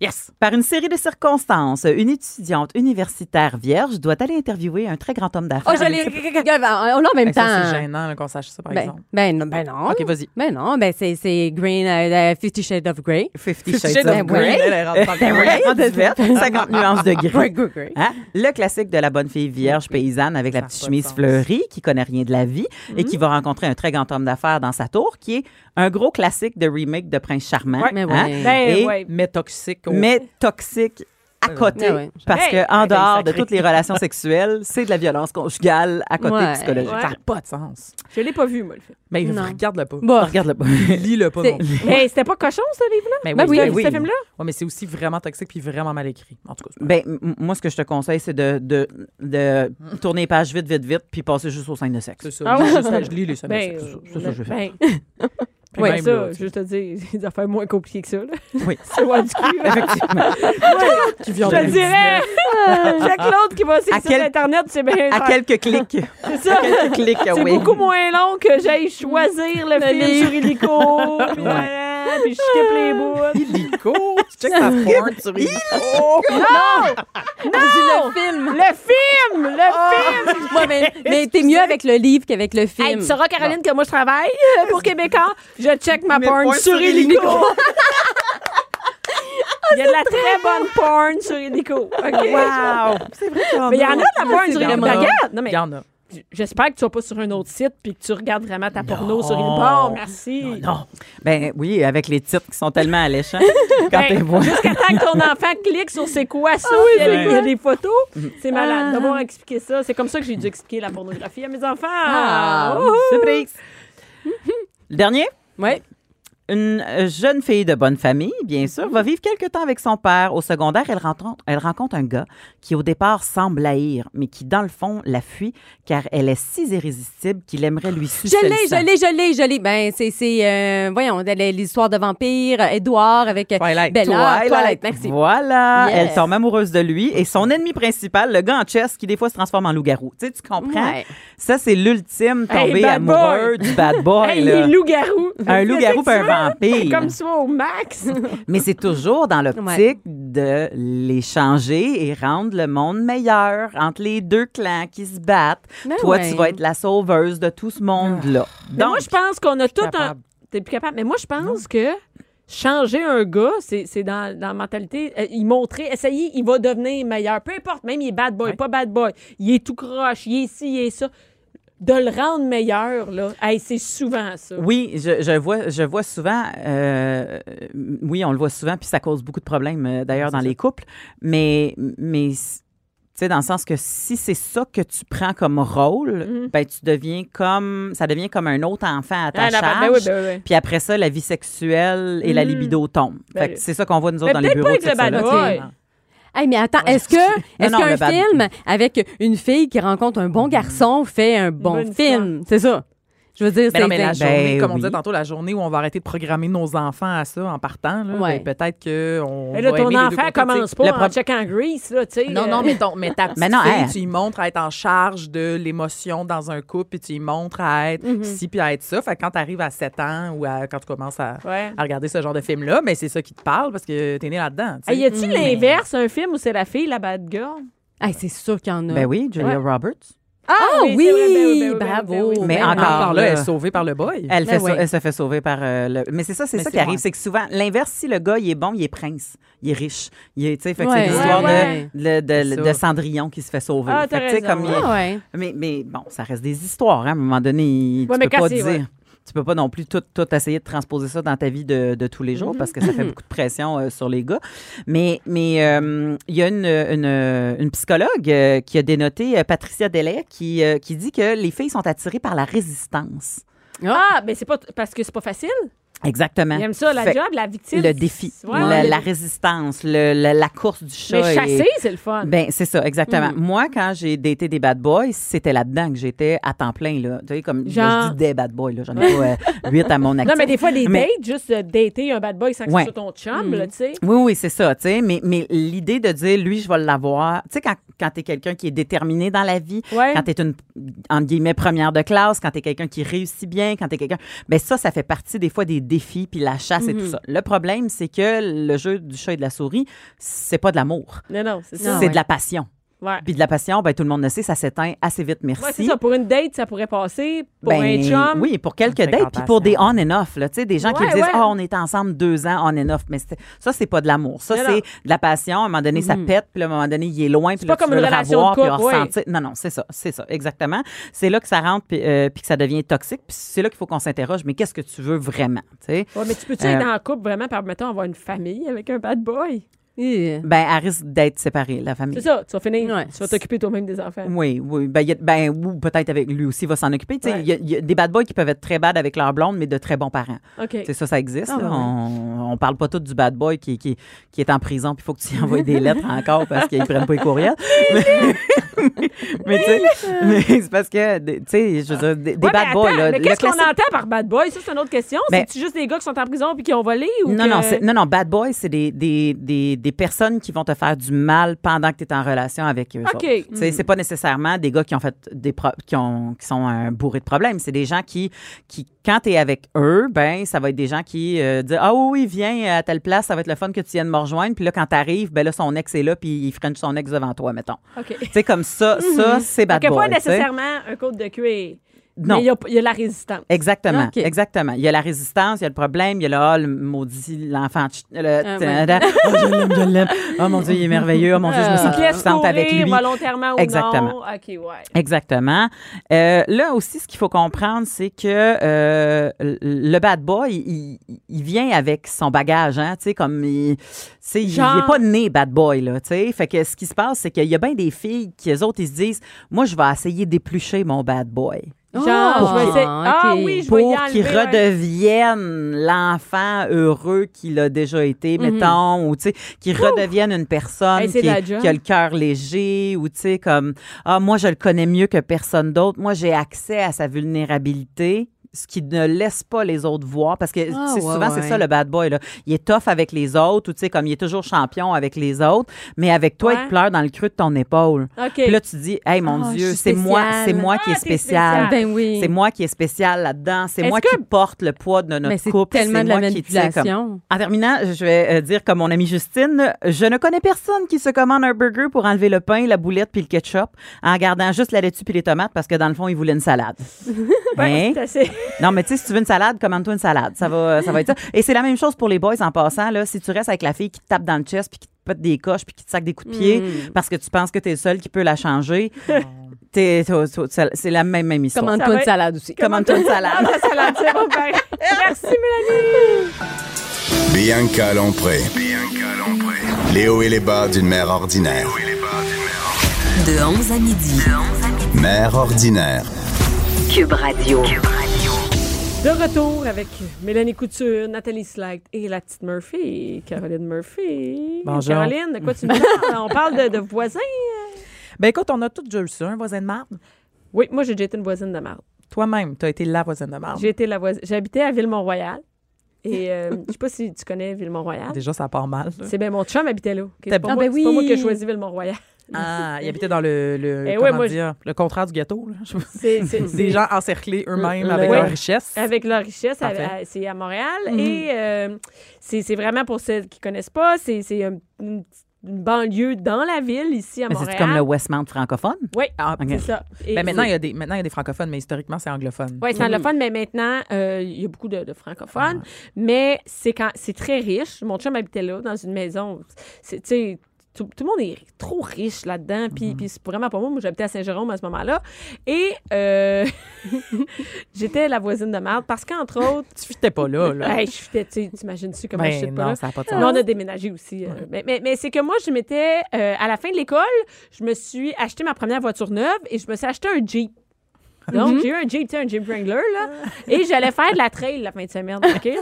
Yes. Par une série de circonstances, une étudiante universitaire vierge doit aller interviewer un très grand homme
Oh,
d'affaires.
je l'ai. On l'a en même
Hey, Ben, ça, c'est
temps.
gênant là, qu'on sache ça, par
Ben,
exemple.
ben, non, ben
oh.
non.
OK, vas-y.
Ben non, ben c'est c'est Green, euh, euh, Fifty Shades of Grey.
Fifty
Fifty
Shades
Shades
of
of
Grey.
Grey.
Elle est rentrée dans le
Ben
cabaret.
oui, de fait. 50 nuances de
Grey,
gris.
Grey, Grey.
Hein? Le classique de la bonne fille vierge paysanne avec la
Ça a
petite
pas de
chemise
sens.
fleurie qui connaît rien de la vie et qui va rencontrer un très grand homme d'affaires dans sa tour qui est un gros classique de remake de Prince Charmant.
Mais
hein?
ouais.
Ben,
Et
ouais.
Mais toxique au
mais toxique à côté,
Ah ouais.
parce
Hey,
que en
hey,
dehors de
sacré.
toutes les relations sexuelles, c'est de la violence conjugale à côté
Ouais.
psychologique.
Ouais.
Ça n'a pas de sens.
Je l'ai pas vu, moi, le film.
Mais
Non.
regarde-le pas.
Bah.
Bon.
Regarde-le
[LAUGHS]
pas.
Lis-le pas
C'est-
non plus.
Mais Ben, c'était pas cochon, ce livre-là?
Mais
Ben oui,
c'est-
ben
Bah oui. ce film-là?
Ouais, mais c'est aussi vraiment toxique puis vraiment mal écrit. En tout cas, c'est pas-
Ben, m- moi, ce que je te conseille, c'est de, de, de tourner les pages vite, vite, vite, puis passer juste aux scènes de sexe.
c'est ça.
Ah ouais.
Je, je- je lis les semaines.
Ben,
c'est ça,
euh,
c'est ça, que je fais.
ben, [LAUGHS]
[LAUGHS] Puis
ouais,
même,
ça,
là, tu
je veux te dire, [LAUGHS] c'est des affaires moins compliquées que ça, là.
Oui.
C'est loin du cul, [LAUGHS] là.
sais, qui vient
Je te
de-
le dirais! [LAUGHS] Chaque l'autre qui va sur
À
le site
quel-
Internet, c'est bien.
À
faire.
quelques clics.
C'est ça!
quelques clics,
C'est
oui.
beaucoup moins long que j'aille choisir le film sur
[LAUGHS]
Illico, puis voilà, puis je skip les bouts.
Illico. Tu check [LAUGHS] ta porn sur Illico.
Vas-y, Ah, le
[LAUGHS]
film.
Le film! Le film!
Ouais, mais mais t'es mieux avec le livre qu'avec le film.
Hey, tu sauras, Caroline, que moi, je travaille [LAUGHS] euh, pour Québécois. Je check ma
Mes
porn
porn
sur
sur
Illico. [LAUGHS] Il y a de
Ah,
la très bonne porn sur
[LAUGHS]
Illico. OK?
Wow! C'est vrai qu'il y en
Mais il y en a de la porn
c'est
sur
vraiment-
Illico. Regarde! Ah, Non,
Il
mais
y en a.
j'espère que tu vas pas sur un autre site puis que tu regardes vraiment ta porno sur Illico. merci.
Non.
Ben oui, avec les titres qui sont tellement alléchants. Quand
Ben,
t'es vois.
Jusqu'à temps que ton enfant [LAUGHS] clique sur Ah c'est Ah. quoi ça, puis il, y a,
c'est
il y a des photos, c'est malade. D'avoir expliqué ça, c'est comme ça que j'ai dû expliquer la pornographie à mes enfants.
Ah,
Wouhou!
Surprise! Le dernier?
Ouais.
Une euh, jeune fille de bonne famille, bien sûr, va vivre quelque temps avec son père. Au secondaire, elle rencontre, elle rencontre un gars qui, au départ, semble l'haïr, mais qui, dans le fond, la fuit car elle est si irrésistible qu'il aimerait lui sucer
Je
le
l'ai,
sang.
je l'ai, je l'ai, je l'ai. Ben, c'est, c'est, euh, voyons, les- les histoires de vampires, euh, Edouard avec euh,
Twilight.
Bella, Twilight, merci.
Voilà,
Yes.
elle tombe amoureuse de lui et son ennemi principal, le gars en chess qui des fois se transforme en loup-garou. Tu sais, tu comprends?
Ouais.
Ça, c'est l'ultime
Hey,
tombée
bad boy.
amoureux du
[LAUGHS]
bad boy.
Hey,
là.
les loups-garous.
Un loup-garou puis un
C'est
vampire.
Comme ça au
[LAUGHS]
max.
Mais c'est toujours dans l'optique
Ouais.
de les changer et rendre le monde meilleur entre les deux clans qui se battent.
Ben
Toi,
ouais. Ben
tu vas être la sauveuse de tout ce monde-là.
Mais moi,
Donc,
je pense qu'on a tout un.
capable.
T'es plus capable. Mais moi, je pense que changer un gars, c'est c'est dans, dans la mentalité. euh, il montrer, essayer, il va devenir meilleur. Peu importe, même il est bad boy, pas bad boy. Il est tout croche, il est ci, il est ça. De le rendre meilleur, là. Hey, c'est souvent ça.
Oui, je, je vois, je vois souvent, euh, euh, oui, on le voit souvent, puis ça cause beaucoup de problèmes euh, d'ailleurs dans les couples, mais, mais c- tu sais, dans le sens que si c'est ça que tu prends comme rôle, ben tu deviens comme, ça devient comme un autre enfant à ta
Mm-hmm. Ah, la-
charge.
ben oui, ben oui.
Puis après ça, la vie sexuelle et la
Mhm.
libido tombent.
Ben,
Fait que c'est ça qu'on voit nous autres
mais
dans les
peut-être
bureaux.
pas
de
avec le bad
sexologues.
boy.
Hey, mais attends, est-ce que, est-ce
non,
qu'un
le bad-
film avec une fille qui rencontre un bon garçon fait un bon
bonne
film? C'est ça. Je veux dire,
Mais
c'est.
non, mais la
c'est-
Ben
journée, comme on
oui.
disait tantôt, la journée où on va arrêter de programmer nos enfants à ça en partant, là,
Ouais.
ben, peut-être qu'on.
Et Eh là,
va
ton
aimer les deux
enfant
côtés, tu
commence
sais.
pas
Le
en
pro-
checkant Grease, là, tu sais. euh,
Non, non, mais, ton, [LAUGHS] mais ta petite
Mais non,
fille,
hein.
tu y montres à être en charge de l'émotion dans un couple, puis tu y montres à être
Mm-hmm.
ci, puis à être ça. Fait que quand tu arrives à 7 ans ou à- quand tu commences à,
Ouais.
à regarder ce genre de film-là, ben c'est ça qui te parle parce que t'es né là-dedans.
Ah,
tu sais.
Hey, Ah, y a-tu l'inverse, un film où c'est la fille, la bad girl?
Hey, c'est sûr qu'il y en a.
Ben oui, Julia Roberts.
Ah
oui,
oui,
c'est vrai, ben oui, ben oui, ben
bravo.
oui, ben oui.
Mais
Ben
encore
Encore là,
là.
elle est sauvée par le boy.
Elle,
Ben
fait sau-
oui.
elle se fait sauver par euh, le. Mais c'est ça, c'est
Ben,
Mais c'est
ça qui arrive.
vrai.
C'est que souvent, l'inverse, si le gars, il est bon, il est prince, il est riche. Il est, tu sais, fait que
Ouais.
c'est l'histoire
Ouais,
ouais.
de, le- de,
C'est
de
ça.
Cendrillon qui se fait sauver.
Ah,
Fait que, tu sais,
t'as raison.
comme il-
Ah ouais.
mais, mais bon, ça reste des histoires. hein. À un moment donné, il-
Ouais,
tu
mais
peux pas
cassé,
dire.
ouais.
Tu peux pas non plus tout, tout essayer de transposer ça dans ta vie de, de tous les
Mm-hmm.
jours parce que ça fait beaucoup de pression euh, sur les gars. Mais mais, euh, il y a une, une- une psychologue euh, qui a dénoté euh, Patricia Delay qui, euh, qui dit que les filles sont attirées par la résistance.
Ah, mais c'est pas t- parce que c'est pas facile.
Exactement.
J'aime ça, la
Hein? Fait-
job, la victime.
Le défi,
Ouais,
la,
ouais.
la résistance, le- la, la course du chat.
Mais
et-
chasser, c'est le fun.
Ben, c'est ça,
Mm.
exactement. Moi, quand j'ai daté des bad boys, c'était là-dedans que j'étais à temps plein. Là. Tu sais, comme
Genre-
je dis des bad boys, là. j'en ai pas euh, huit
[LAUGHS]
à mon
non,
actif.
mais des fois, des
Mais-
dates, juste euh, dater un bad boy sans que ce
Ouais. Mm.
soit ton chum, là, tu sais.
Oui, oui, c'est ça, tu sais. Mais, mais l'idée de dire, lui, je vais l'avoir. Tu sais, quand, quand t'es quelqu'un qui est déterminé dans la vie,
Ouais.
quand t'es une, entre guillemets, première de classe, quand t'es quelqu'un qui réussit bien, quand t'es quelqu'un. Ben, ça, ça fait partie des fois des défis, puis la chasse et tout
Mm-hmm.
ça. Le problème, c'est que le jeu du chat et de la souris, c'est pas de l'amour.
Non, non, c'est ça.
Non.
C'est
ouais.
de la passion.
Ouais.
Puis de la passion, ben, tout le monde le sait, ça s'éteint assez vite, merci.
Ouais, c'est ça. Pour une date, ça pourrait passer. Pour
Ben,
un chum.
Oui, pour quelques
Une
dates, puis pour des on
fréquentation.
and off. Là, tu sais, des gens qui
Ouais,
disent
ouais.
Ah, on est ensemble deux ans on and off. Mais c'est- ça, c'est pas de l'amour. Ça,
Non, non.
c'est de la passion. À un moment donné, ça pète, puis là, à un moment donné, il est loin. Puis
pas
là, tu
comme
veux
une
le
relation
revoir,
de
puis
couple, ouais.
ressentir. Non, non, c'est ça. C'est ça, exactement. C'est là que ça rentre, puis euh, puis que ça devient toxique. Puis c'est là qu'il faut qu'on s'interroge mais qu'est-ce que tu veux vraiment? tu sais?
Ouais, mais tu peux-tu
Euh,
être en couple vraiment, par mettons, avoir une famille avec un bad boy?
Hi.
Ben, elle risque d'être séparée, la famille.
C'est ça, tu vas finir.
Ouais.
Tu vas t'occuper toi-même des enfants.
Oui, oui. Ben, il y a- ben, ou peut-être avec lui aussi, il va s'en occuper. Tu sais, Il y, a- il y a des bad boys qui peuvent être très bad avec leurs blondes, mais de très bons parents.
OK.
C'est ça, ça existe.
Ah,
là.
ouais.
On, on parle pas tout du bad boy qui, qui, qui est en prison, puis il faut que tu lui envoies des lettres encore parce qu'ils prennent pas
[LAUGHS]
les courriels. mais mais tu sais, mais c'est parce que, des- tu sais, je veux dire, des, des
Ouais, mais
bad boys,
attends,
là,
mais
le
qu'est-ce qu'on
classique-
entend par bad boy? Ça, c'est une autre question.
Mais-
C'est-tu juste des gars qui sont en prison puis qui ont volé? Ou
Non,
que-
non, c'est- non, non, bad boy, c'est des, des, des, des personnes qui vont te faire du mal pendant que tu es en relation avec eux.
OK.
autres. Tu sais, C'est pas nécessairement des gars qui ont fait des pro- qui, ont, qui sont euh, bourrés de problèmes. C'est des gens qui, qui quand tu es avec eux, ben ça va être des gens qui euh, disent Ah oui, oui, viens à telle place, ça va être le fun que tu viennes me rejoindre. Puis là, quand tu arrives, ben là, son ex est là, puis il freine son ex devant toi, mettons.
OK.
Tu sais, comme ça, ça, c'est bad
Donc, il y a
boy.
Mhm. pas
tu sais.
nécessairement un code de cuir.
Non.
Mais il y a- il y, a la résistance.
Exactement,
Ok.
exactement. Il y a la résistance, il y a le problème, il y a le, ah, le maudit, l'enfant. ch- le-
ouais.
tadada. Oh, je l'aime, je l'aime. Oh mon Dieu, il est merveilleux. Oh mon Dieu, je me
Qui
sens
te laisse
puissante avec
Euh, Ah. courir
lui.
volontairement ou
Exactement.
non. OK, ouais.
Exactement. Euh, là aussi, ce qu'il faut comprendre, c'est que euh, le bad boy, il, il- il vient avec son bagage, hein, tu sais, comme il, tu sais, il- il
Genre.
est pas né bad boy là, tu sais. Fait que ce qui se passe, c'est qu'il y a bien des filles qui les autres, ils se disent, moi, je vais essayer d'éplucher mon bad boy
Genre,
Ah,
je vais essayer- Ah
ok.
oui, je vais y
pour qu'il
enlever un-
redevienne l'enfant heureux qu'il a déjà été, mettons, ou tu sais, qu'il redevienne une personne
Mhm. Hey, c'est
qui,
de la
qui
job.
a le cœur léger, ou tu sais, comme, ah, moi, je le connais mieux que personne d'autre, moi, j'ai accès à sa vulnérabilité. Ce qui ne laisse pas les autres voir, parce que tu
Ah,
sais,
ouais,
souvent, c'est
ouais.
ça le bad boy. Là. Il est tough avec les autres, ou tu sais, comme il est toujours champion avec les autres, mais avec toi, il
Ouais.
te pleure dans le creux de ton épaule.
OK.
Puis là, tu dis, hey, mon
Ah, je
Dieu,
suis
c'est moi,
spéciale.
c'est moi qui
Ah,
est
t'es spéciale.
spécial.
Ben oui.
C'est moi qui est spécial là-dedans. C'est
Est-ce
moi
que-
qui porte le poids de
Mais
notre
c'est
couple.
tellement de la
moi qui, tu sais, comme-
manipulation.
En terminant, je vais euh, dire comme mon amie Justine, je ne connais personne qui se commande un burger pour enlever le pain, la boulette puis le ketchup en gardant juste la laitue puis les tomates parce que dans le fond, il voulait une
[LAUGHS]
salade. Hein?
Ouais, Ben, c'est assez-
Non, mais tu sais, si tu veux une salade, commande-toi une salade. Ça va, ça va être ça. Et c'est la même chose pour les boys en passant. Là, si tu restes avec la fille qui te tape dans le chest puis qui te pète des coches puis qui te sac des coups de pied
Hmm.
parce que tu penses que tu es le seul qui peut la changer, t'es- t'as- t'as- c'est la même, même histoire.
Commande-toi
Ça
une
va-
salade aussi.
Commande-toi
[LAUGHS]
une salade.
Ah, ça l'a dit, bon, ben, [LAUGHS] Merci, Mélanie.
Bianca Lompré. Les hauts et les bas d'une mère ordinaire.
De 11 à midi.
Mère ordinaire.
Cube Radio.
De retour avec Mélanie Couture, Nathalie Slide et la petite Murphy, Caroline Murphy.
Bonjour.
Caroline, de quoi [LAUGHS] tu nous parles? On parle de, de voisins.
Ben écoute, on a tous déjà eu ça, un voisin de marde.
Oui, moi, j'ai déjà été une voisine de marde.
Toi-même, t'as été la voisine de marde.
J'ai été la voisine. J'habitais à Ville-Mont-Royal. Et euh, je sais pas si tu connais Ville-Mont-Royal.
Déjà, ça part mal. là.
C'est bien mon chum habitait là. ok? C'est pas,
Ah,
moi,
ben
c'est pas
oui.
moi qui ai choisi Ville-Mont-Royal. [LAUGHS]
Ah, il habitait dans le, le,
Eh
comment
ouais, moi,
dire, le contraire du gâteau. là. Je sais pas.
C'est, c'est-
Des
c'est-
gens encerclés eux-mêmes
Le-
avec
Ouais.
leur richesse.
Avec leur richesse, à-
Parfait. Mhm.
à- c'est à Montréal. Et euh, c'est, c'est vraiment pour ceux qui connaissent pas, c'est, c'est un- une, une banlieue dans la ville, ici à
Mais
Montréal.
c'est comme le Westmount francophone.
Oui,
Ah,
Ok.
c'est ça. Et
ben, maintenant, il y a Mhm. des, maintenant, il y a des francophones, mais historiquement, c'est anglophone.
Oui, c'est anglophone, mais maintenant, euh, il y a beaucoup de, de francophones.
Ah.
Mais c'est quand c'est très riche. Mon chum habitait là, dans une maison. C'est, tu sais, tout, tout le monde est trop riche là-dedans.
Mhm.
Puis, puis c'est vraiment pas moi. Moi, j'habitais à Saint-Jérôme à ce moment-là. Et euh, [LAUGHS] j'étais la voisine de marde parce qu'entre autres,
Tu fitais pas là. là.
hey, je fitais, tu sais, t'imagines-tu comment je
Ben
suis pas
non,
là?
ça n'a pas de
Mais on
sens.
a déménagé aussi. euh, Mais, mais, mais c'est que moi, je m'étais, euh, à la fin de l'école, je me suis acheté ma première voiture neuve et je me suis acheté un Jeep.
Mhm.
Donc, j'ai eu un Jeep, tu sais, un Jeep Wrangler, là, et j'allais faire de la trail la fin de semaine, OK? Et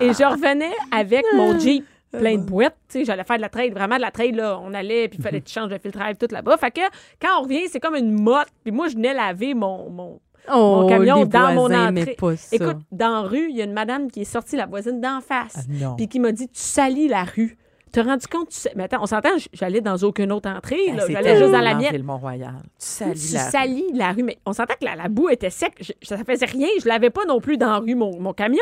je revenais avec mon Jeep plein de boîtes, tu sais, j'allais faire de la trail, vraiment de la trail, là, on allait, puis il fallait que tu changes de filtre à air, tout là-bas. Fait que, quand on revient, c'est comme une motte, puis moi, je venais laver mon- mon,
[LAUGHS] Oh,
mon camion
les
dans mon
voisins,
entrée.
mais pas ça.
Écoute, dans la rue, il y a une madame qui est sortie, la voisine d'en face,
Ah, non.
puis qui m'a dit Tu salis la rue. T'as rendu compte tu sais- Mais attends, on s'entend, j- j'allais dans aucune autre entrée,
Hey,
là.
Ben, c'est
j'allais juste dans la
tellement
mienne.
Ville-Mont-Royal. Tu
Tu
salis la-
salis la rue, mais on s'entend que la, la boue était sec, je- ça faisait rien, je l'avais pas non plus dans la rue, mon, mon camion.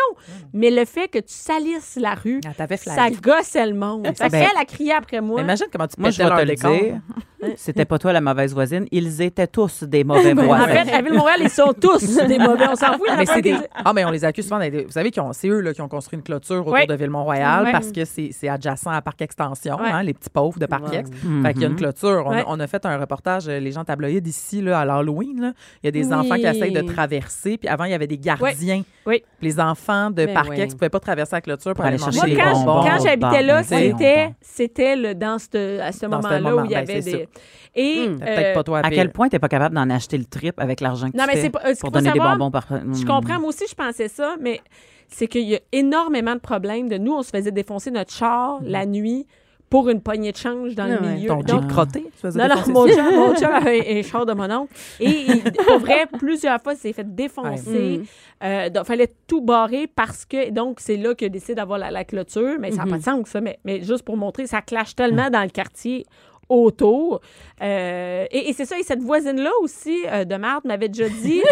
Mais le fait que tu salisses la rue,
Hmm. Ah, t'avais
ça
flagué.
gossait le monde.
Ah,
Fait
Ben-
qu'elle a crié après moi.
Imagine comment tu
Moi,
pétais
je vais
leur
te le
décor.
dire.
[LAUGHS]
C'était pas toi la mauvaise voisine. Ils étaient tous des mauvais voisins.
Ben, en fait, à Ville-Montréal, ils sont tous des mauvais, on s'en fout. la
Mais c'est
fin
des...
des-
Ah, mais on les accuse souvent. d'être- Vous savez, qu'ils ont- c'est eux là, qui ont construit une clôture autour
Oui.
de Ville-Mont-Royal
Oui.
parce que c'est c'est adjacent à Parc parc extension,
Ouais.
hein, les petits pauvres de parc ex.
Mm-hmm.
Fait qu'il y a une clôture. On, a-
Ouais.
on a fait un reportage, euh, les gens tabloïdes ici, là, à l'Halloween. là. Il y a des
Oui.
enfants qui essayent de traverser. Puis avant, il y avait des gardiens.
Oui.
Puis Les enfants de
Ben
parc
oui.
ex ne pouvaient pas traverser la clôture pour
aller
aller manger
chercher
Moi,
des
les
quand,
bonbons.
quand
au
j'habitais
bar,
là,
oui, c'est
c'était,
longtemps.
c'était le, dans ce, à ce
Dans ce
moment-là où il y
moment, ben,
avait
c'est Hmm,
des. Et.
Hum,
euh,
Peut-être pas toi,
À
Bill.
quel point t'es pas capable d'en acheter le trip avec l'argent que
Non,
tu
mais
fais
c'est pas- euh, ce qu'il
pour
faut
donner des
savoir,
bonbons par... Hmm.
Je comprends, moi aussi, je pensais ça, mais c'est qu'il y a énormément de problèmes. De nous, on se faisait défoncer notre char la nuit pour une poignée de change dans
Ah
le
ouais.
milieu.
Hmm. Ton
Donc,
jean crotté, tu faisais
non, non,
défoncer
mon
ça.
chum,
[LAUGHS]
mon chum avait un, un char de mon oncle. Et il- pour vrai, plusieurs fois, il s'est fait défoncer. Euh, donc, fallait tout barrer parce que. Donc, c'est là qu'il a décidé d'avoir la, la clôture. Mais
Mm-hmm.
ça n'a pas de sens, ça. Mais, mais juste pour montrer, ça clash
Mm.
tellement dans le quartier autour. Euh, et et c'est ça, et cette voisine-là aussi, euh, de Marthe, m'avait déjà
[LAUGHS]
dit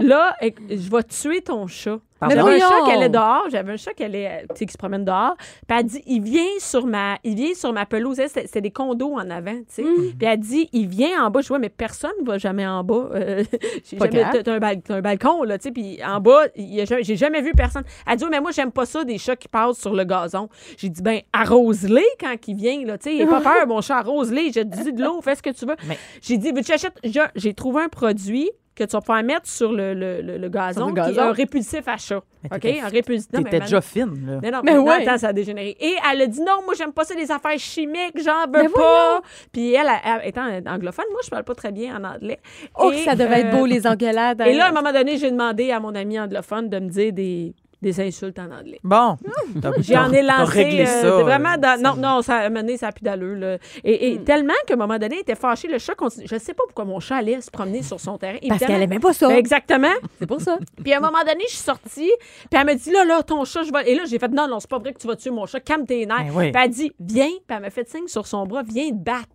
Là, euh, je vais tuer ton chat.
Pardon?
J'avais un
voyons!
chat qui allait dehors, j'avais un chat qui allait, euh, tu sais, qui se promène dehors. Puis elle dit, il vient sur ma, il vient sur ma pelouse. Elle, C'était c'était des condos en avant, tu sais.
Mm.
Puis elle dit, il vient en bas. Je vois, mais personne ne va jamais en bas. Euh, [LAUGHS] j'ai
Pas
jamais-
grave.
t'as- t'as un, bal- t'as un balcon là, tu sais. Puis en bas, il y a jamais- j'ai jamais vu personne. Elle dit, oh, mais moi j'aime pas ça des chats qui passent sur le gazon. J'ai dit, ben arrose-les quand il vient là, tu sais. Aie Pas peur, mon chat arrose-les. J'ai dit de l'eau, fais ce que tu veux. J'ai dit, veux-tu achètes? J'ai- J'ai trouvé un produit que tu vas pouvoir mettre sur le, le, le, le gazon,
le
qui est
gazon.
un répulsif à chat. OK?
t'étais-
Un répulsif. non, mais
T'étais
man-
déjà fine, là.
mais non,
Mais
mais
ouais.
attends, ça a dégénéré. Et elle a dit non, moi, j'aime pas ça, les affaires chimiques, j'en veux
Mais
pas. Puis elle, elle, étant anglophone, moi, je parle pas très bien en anglais.
Oh,
Et,
que ça devait être
euh,
beau, les engueulades.
Et là, à un moment donné, j'ai demandé à mon ami anglophone de me dire des, des insultes en anglais.
Bon. T'as-
J'en
t'as-
ai
t'as
lancé
réglé
euh,
ça,
t'es vraiment
euh,
dans- non non ça a mené ça a plus d'allure là. et, et
Hmm.
tellement qu'à un moment donné il était fâché le chat continue je sais pas pourquoi mon chat allait se promener sur son terrain
Parce qu'elle
Évidemment-
aimait pas
Ben,
ben,
ça.
exactement
C'est pour ça.
puis à un moment donné, je suis sortie, puis elle me dit là, là, ton chat, je vais. Et là, j'ai fait non, non, c'est pas vrai que tu vas tuer mon chat, calme tes nerfs.
Ben oui.
Puis elle dit viens, puis elle m'a fait signe sur son bras, viens te battre.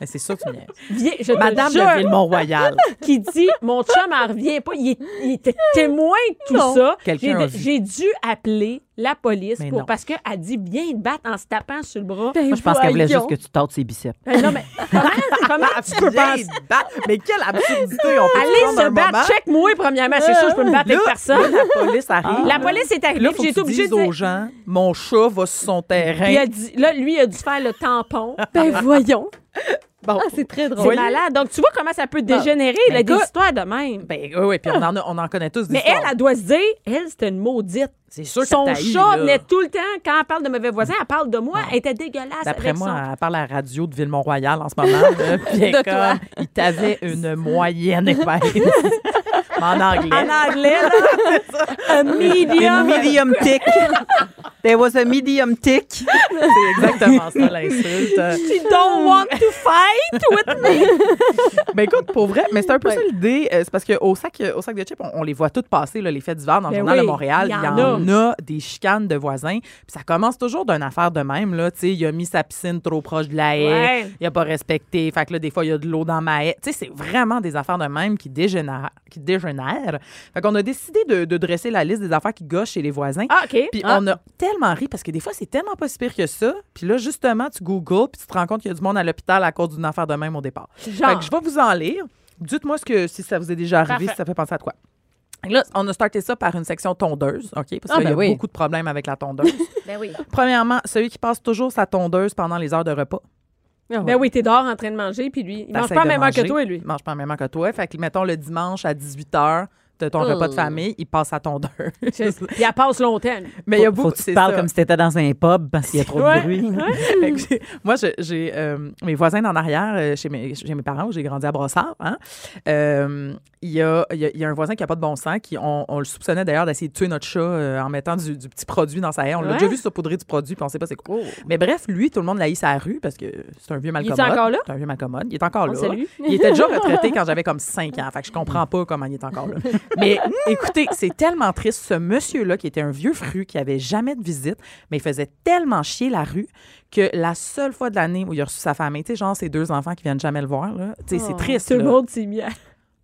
Mais c'est ça que tu niaises.
Viens, je te
Madame
jure,
de Ville-Mont-Royal.
qui dit mon chum en revient pas, il, est- il était témoin de tout
Non.
ça.
Quelqu'un
J'ai-
a vu.
J'ai dû appeler la police
Mais non. Ben,
pour, parce qu'elle dit viens te battre en se tapant sur le bras.
Moi, je pense qu'elle voulait juste que tu tordes ses biceps.
Ben non, mais comment,
[LAUGHS]
comment tu peux
Viens
penser?
te battre. Mais quelle absurdité. On peut
Allez se battre, check moi premièrement, c'est sûr, je peux me battre avec personne.
La police arrive.
La police est arrivée,
Euh, Là,
puis
faut
j'ai
que
été
tu
obligée
dises
de dire-
aux gens, mon chat va sur son terrain.
Puis il a dit- là, lui, il a dû faire le tampon.
Ben voyons.
Bon.
Ah, c'est très
C'est
drôle.
malade. Donc, tu vois comment ça peut dégénérer,
Ben,
là, des
écoute-
histoires de même.
Ben, oui, oui, puis on en, a- on en connaît tous des
mais elle, elle doit se dire, elle, c'était une maudite.
C'est sûr que
Son
t'as eu,
chat
là.
venait tout le temps, quand elle parle de mauvais voisins, elle parle de moi, elle était dégueulasse.
D'après
avec
moi,
son-
elle parle à la radio de Ville-Mont-Royal en ce moment.
[LAUGHS]
là, puis elle est comme,
De toi.
Il t'avait une moyenne
[LAUGHS]
épaisse. Mais en anglais.
En anglais, là, [LAUGHS] un medium. [LAUGHS]
medium tick. There was a medium tick.
C'est exactement ça, l'insulte.
You don't want to fight with me.
Ben écoute, pour vrai, mais c'est un peu ça l'idée. euh, c'est parce qu'au sac, euh, au sac de chips, on, on les voit toutes passer, là, les faits divers dans le
Ben
journal
oui,
de Montréal.
il y
Il y en,
en
a des chicanes de voisins. Puis ça commence toujours d'une affaire de même. Là, Tu sais, il a mis sa piscine trop proche de la haie.
Ouais.
Il a pas respecté. Fait que là, des fois, il y a de l'eau dans ma haie. Tu sais, c'est vraiment des affaires de même qui dégénèrent. Qui dégénèrent. Fait qu'on a décidé de, de dresser la liste des affaires qui gâchent chez les voisins.
Ah, OK.
Puis on a tellement ri parce que des fois, c'est tellement pas si pire que ça. Puis là, justement, tu googles puis tu te rends compte qu'il y a du monde à l'hôpital à cause d'une affaire de même au départ.
Genre.
Fait que je vais vous en lire. Dites-moi ce que si ça vous est déjà arrivé,
Parfait.
si ça fait penser à quoi. Fait que Là, on a starté ça par une section tondeuse, OK? Parce
Ah,
qu'il y a
ben oui.
beaucoup de problèmes avec la tondeuse.
[LAUGHS] Ben oui.
Premièrement, celui qui passe toujours sa tondeuse pendant les heures de repas.
Ben oui, t'es dehors en train de manger, puis lui, il mange
T'essaies
pas
de
même heure que
manger.
toi,
[LAUGHS]
lui.
Il mange pas en même heure que toi. Fait que, mettons, le dimanche à 18 h, t'as ton repas
Oh.
de famille, il passe sa tondeuse.
Puis elle passe longtemps. lui.
[LAUGHS] Mais il y a
Faut
beaucoup
que tu
c'est
parles
ça.
comme si t'étais dans un pub parce qu'il y a trop
Ouais.
de bruit.
[LAUGHS] Fait que j'ai- moi, je- j'ai euh, mes voisins d'en arrière, euh, chez mes, chez mes parents, où j'ai grandi à Brossard, hein, euh, il y, a, il y a- il y a un voisin qui n'a pas de bon sens, qui on, on le soupçonnait d'ailleurs d'essayer de tuer notre chat euh, en mettant du, du petit produit dans sa haie. On l'a
Ouais. Oh.
déjà vu se poudrer du produit, puis on sait pas c'est quoi. Mais bref, lui, tout le monde l'a eu sa rue parce que c'est un vieux
est-tu
malcommode.
encore là?
C'est un vieux malcommode. Il est encore
On
là.
salue.
Il était déjà retraité quand
[LAUGHS]
j'avais comme 5 ans. Fait que je comprends pas comment il est encore là. Mais écoutez, c'est tellement triste. Ce monsieur-là, qui était un vieux fru, qui avait jamais de visite, mais il faisait tellement chier la rue que la seule fois de l'année où il a reçu sa famille, tu sais, genre ses deux enfants qui viennent jamais le voir, là, tu sais, c'est triste.
Oh, Tout le
là.
monde s'est mis à-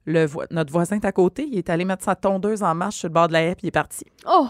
Le vo- notre voisin est à côté, il est allé mettre sa tondeuse en marche sur le bord de la haie, puis il est parti.
Oh,